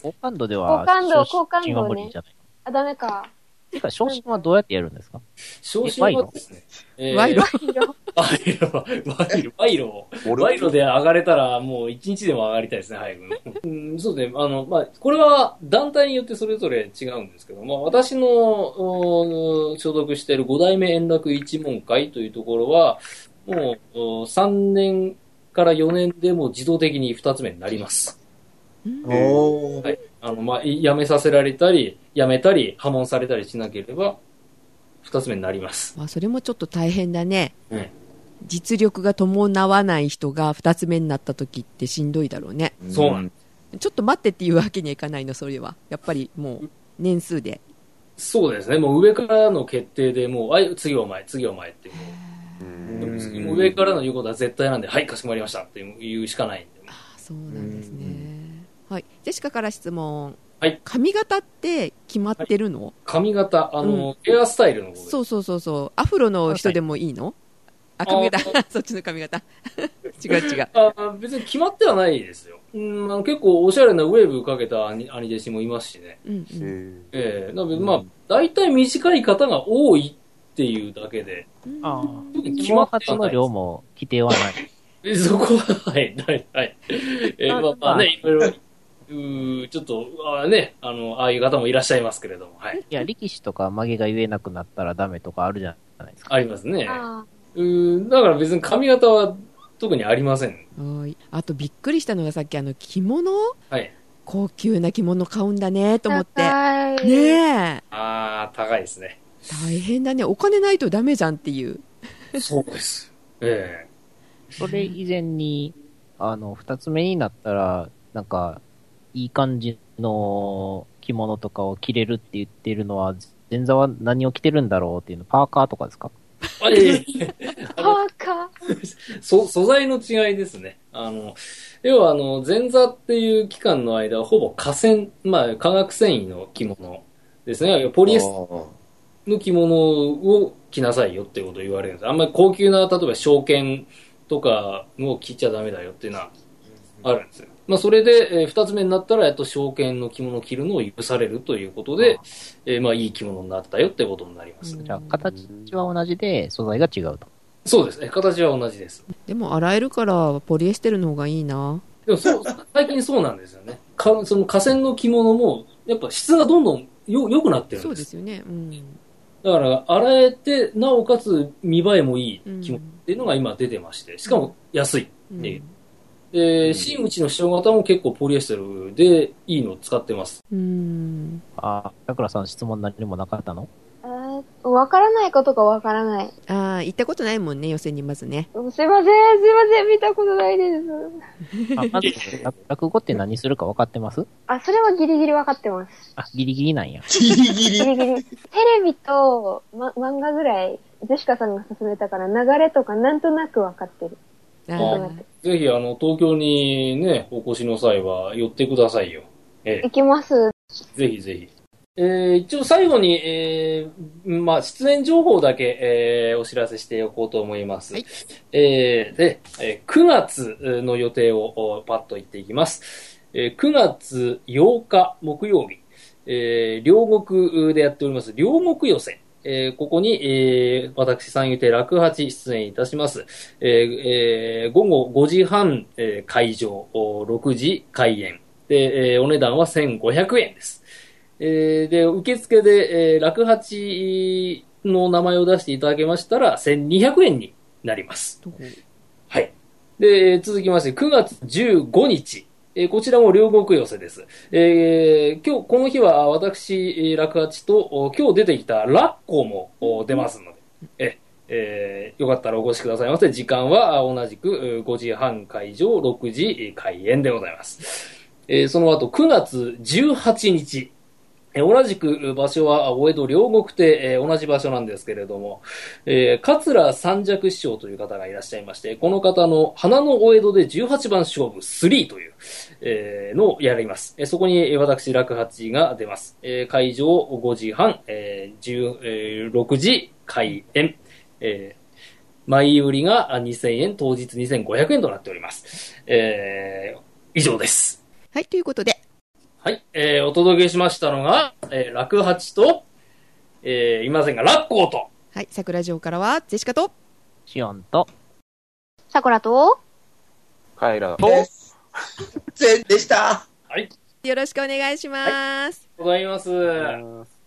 [SPEAKER 5] 好感度では、
[SPEAKER 6] 好感度
[SPEAKER 5] 昇進は
[SPEAKER 6] 好感度ね
[SPEAKER 5] 無理じゃない。
[SPEAKER 6] あ、ダメ
[SPEAKER 3] <laughs>
[SPEAKER 6] か。
[SPEAKER 5] てか、昇進はどうやってやるんですか
[SPEAKER 1] 昇進はですね、えー
[SPEAKER 3] 賄賂。
[SPEAKER 1] 賄賂は、賄賂、賄賂を。賄賂で上がれたら、もう一日でも上がりたいですね、早くね。 <laughs> うん、そうですね。あの、まあ、これは団体によってそれぞれ違うんですけど、まあ、私のお所属している五代目円楽一門会というところは、もうお3年から4年でもう自動的に2つ目になります。
[SPEAKER 7] おー
[SPEAKER 1] あの、まあ、い辞めさせられたり、辞めたり、破門されたりしなければ、2つ目になります。
[SPEAKER 3] まあ、それもちょっと大変だね。
[SPEAKER 1] うん
[SPEAKER 3] 実力が伴わない人が二つ目になった時ってしんどいだろうね。
[SPEAKER 1] そうなん
[SPEAKER 7] だ。
[SPEAKER 3] ちょっと待ってっていうわけにはいかないの、それは。やっぱりもう、年数で。
[SPEAKER 1] そうですね。もう上からの決定でもう、あい、次はお前、次はお前っていう。
[SPEAKER 4] うん
[SPEAKER 1] でも次
[SPEAKER 7] うん
[SPEAKER 1] 上からの言うことは絶対なんで、はい、かしこまりましたっていうしかないんで。
[SPEAKER 3] あそうなんです
[SPEAKER 7] う
[SPEAKER 3] ね。はい。ジェシカから質問。
[SPEAKER 1] はい
[SPEAKER 3] 髪型って決まってるの、
[SPEAKER 1] 髪型、あの、ヘアスタイルのことで
[SPEAKER 3] そうそうそうそう。アフロの人でもいいのあ、髪型。 <laughs> そっちの髪型。違う違う。
[SPEAKER 1] あー別に決まってはないですよ。うん、あの結構おしゃれなウェーブかけた兄兄弟子もいますしね。
[SPEAKER 3] うん
[SPEAKER 4] へー
[SPEAKER 1] ええなので、まあ、大体短い方が多いっていうだけで、
[SPEAKER 3] うん。
[SPEAKER 5] ああ。
[SPEAKER 1] 決
[SPEAKER 5] 肝
[SPEAKER 1] まっては
[SPEAKER 5] 髪
[SPEAKER 1] な
[SPEAKER 5] の
[SPEAKER 1] い
[SPEAKER 5] 量も規定はない。
[SPEAKER 1] え <laughs> そこは、はい、はい、はい。えーまあ、まあ
[SPEAKER 5] まあ
[SPEAKER 1] ね、いろいろ、うーちょっと、あーね、あの、ああいう方もいらっしゃいますけれども、はい。
[SPEAKER 5] いや、力士とか曲げが言えなくなったらダメとかあるじゃないですか。
[SPEAKER 1] ありますね。
[SPEAKER 6] あ
[SPEAKER 1] うーん、だから別に髪型は特にありません。
[SPEAKER 3] はいあとびっくりしたのがさっきあの着物
[SPEAKER 1] はい。
[SPEAKER 3] 高級な着物買うんだねと思って。
[SPEAKER 6] 高い。
[SPEAKER 3] ねえ。
[SPEAKER 1] あー、高いですね。
[SPEAKER 3] 大変だね。お金ないとダメじゃんっていう。
[SPEAKER 1] そうです。え
[SPEAKER 5] それ以前に、あの、二つ目になったら、なんか、いい感じの着物とかを着れるって言ってるのは、前座は何を着てるんだろうっていうの、パーカーとかですか
[SPEAKER 1] えあいえいえ
[SPEAKER 6] パーカー。
[SPEAKER 1] <laughs> そ素材の違いですね。あの、要はあの、前座っていう期間の間はほぼ河川、まあ、化学繊維の着物ですね。ポリエステルの着物を着なさいよってことを言われるんです。あんまり高級な、例えば証券とかを着ちゃダメだよっていうのはあるんですよ。まあ、それで、えー二つ目になったら、えっと、証券の着物を着るのを許されるということで、えーまあ、いい着物になったよってことになります。
[SPEAKER 5] じゃあ、形は同じで、素材が違うと。
[SPEAKER 1] そうですね。形は同じです。
[SPEAKER 3] でも洗えるからポリエステルの方がいいな。
[SPEAKER 1] でもそう、最近そうなんですよね。かその河川の着物も、やっぱ質がどんどんよ良くなってるん
[SPEAKER 3] そう
[SPEAKER 1] です。
[SPEAKER 3] ですよね。うん。
[SPEAKER 1] だから、洗えて、なおかつ見栄えもいい着
[SPEAKER 3] う
[SPEAKER 1] 物っ
[SPEAKER 3] ん
[SPEAKER 1] ていうのが今出てまして、しかも安い。
[SPEAKER 3] うん
[SPEAKER 1] えで、真打ちの師匠方も結構ポリエステルでいいのを使ってます。
[SPEAKER 3] うん。
[SPEAKER 5] あー、桜さん質問何もなかったの
[SPEAKER 6] えーわからないことがわからない。
[SPEAKER 3] ああ、行ったことないもんね、予選にまずね。
[SPEAKER 6] すいません、すいません、見たことないです。
[SPEAKER 5] あまず、落語って何するか分かってます
[SPEAKER 6] あ、それはギリギリわかってます。
[SPEAKER 5] あ、ギリギリなんや。
[SPEAKER 7] ギリギ
[SPEAKER 6] ギ
[SPEAKER 7] リ。
[SPEAKER 6] リギリ。テレビと、ま、漫画ぐらい、ジェシカさんが勧めたから流れとかなんとなくわかってる。
[SPEAKER 3] あ
[SPEAKER 1] あ
[SPEAKER 3] ー
[SPEAKER 1] ぜひ、あの、東京にね、お越しの際は寄ってくださいよ。え
[SPEAKER 6] 行きます。
[SPEAKER 1] え、ぜひぜひ。えー一応最後に、えーまあ、出演情報だけ、えーお知らせしておこうと思います。
[SPEAKER 3] はい
[SPEAKER 1] えーで、えー9月の予定をおパッと言っていきます。えー9月8日木曜日、えー両国でやっております、両国予選。えーここに、えー私、三遊亭楽八出演いたします。えーえー午後5時半、えー会場、お6時開演。で、えーお値段は1500円です。えーで、受付で、えー楽八の名前を出していただけましたら、1200円になります。
[SPEAKER 3] どこ
[SPEAKER 1] はい。で、えー続きまして、9月15日。えーこちらも両国寄せです。えー今日、この日はあ私、えー楽八と、お今日出てきたラッコもお出ますので、ええーよかったらお越しくださいませ。時間はあ同じくえー5時半会場、6時えー開演でございます。えーその後、9月18日。えー同じく場所は、あお江戸両国亭、えー同じ場所なんですけれども、えー、桂三尺師匠という方がいらっしゃいまして、この方の花のお江戸で18番勝負3という、えーのをやります。えーそこにえー私、楽八が出ます。えー会場5時半、えー10えー6時開演。えー前売りがあ2000円、当日2500円となっております。えー以上です。
[SPEAKER 3] はい、ということで、
[SPEAKER 1] はい、えーお届けしましたのが、えー楽八と、えーいませんが、ラッコーと、
[SPEAKER 3] はい、桜城からは、ジェシカと、
[SPEAKER 5] シオンと、
[SPEAKER 8] さくらと、
[SPEAKER 4] カエラと、
[SPEAKER 7] です。全でした。
[SPEAKER 1] はい、
[SPEAKER 3] よろしくお願いします。
[SPEAKER 1] ございます。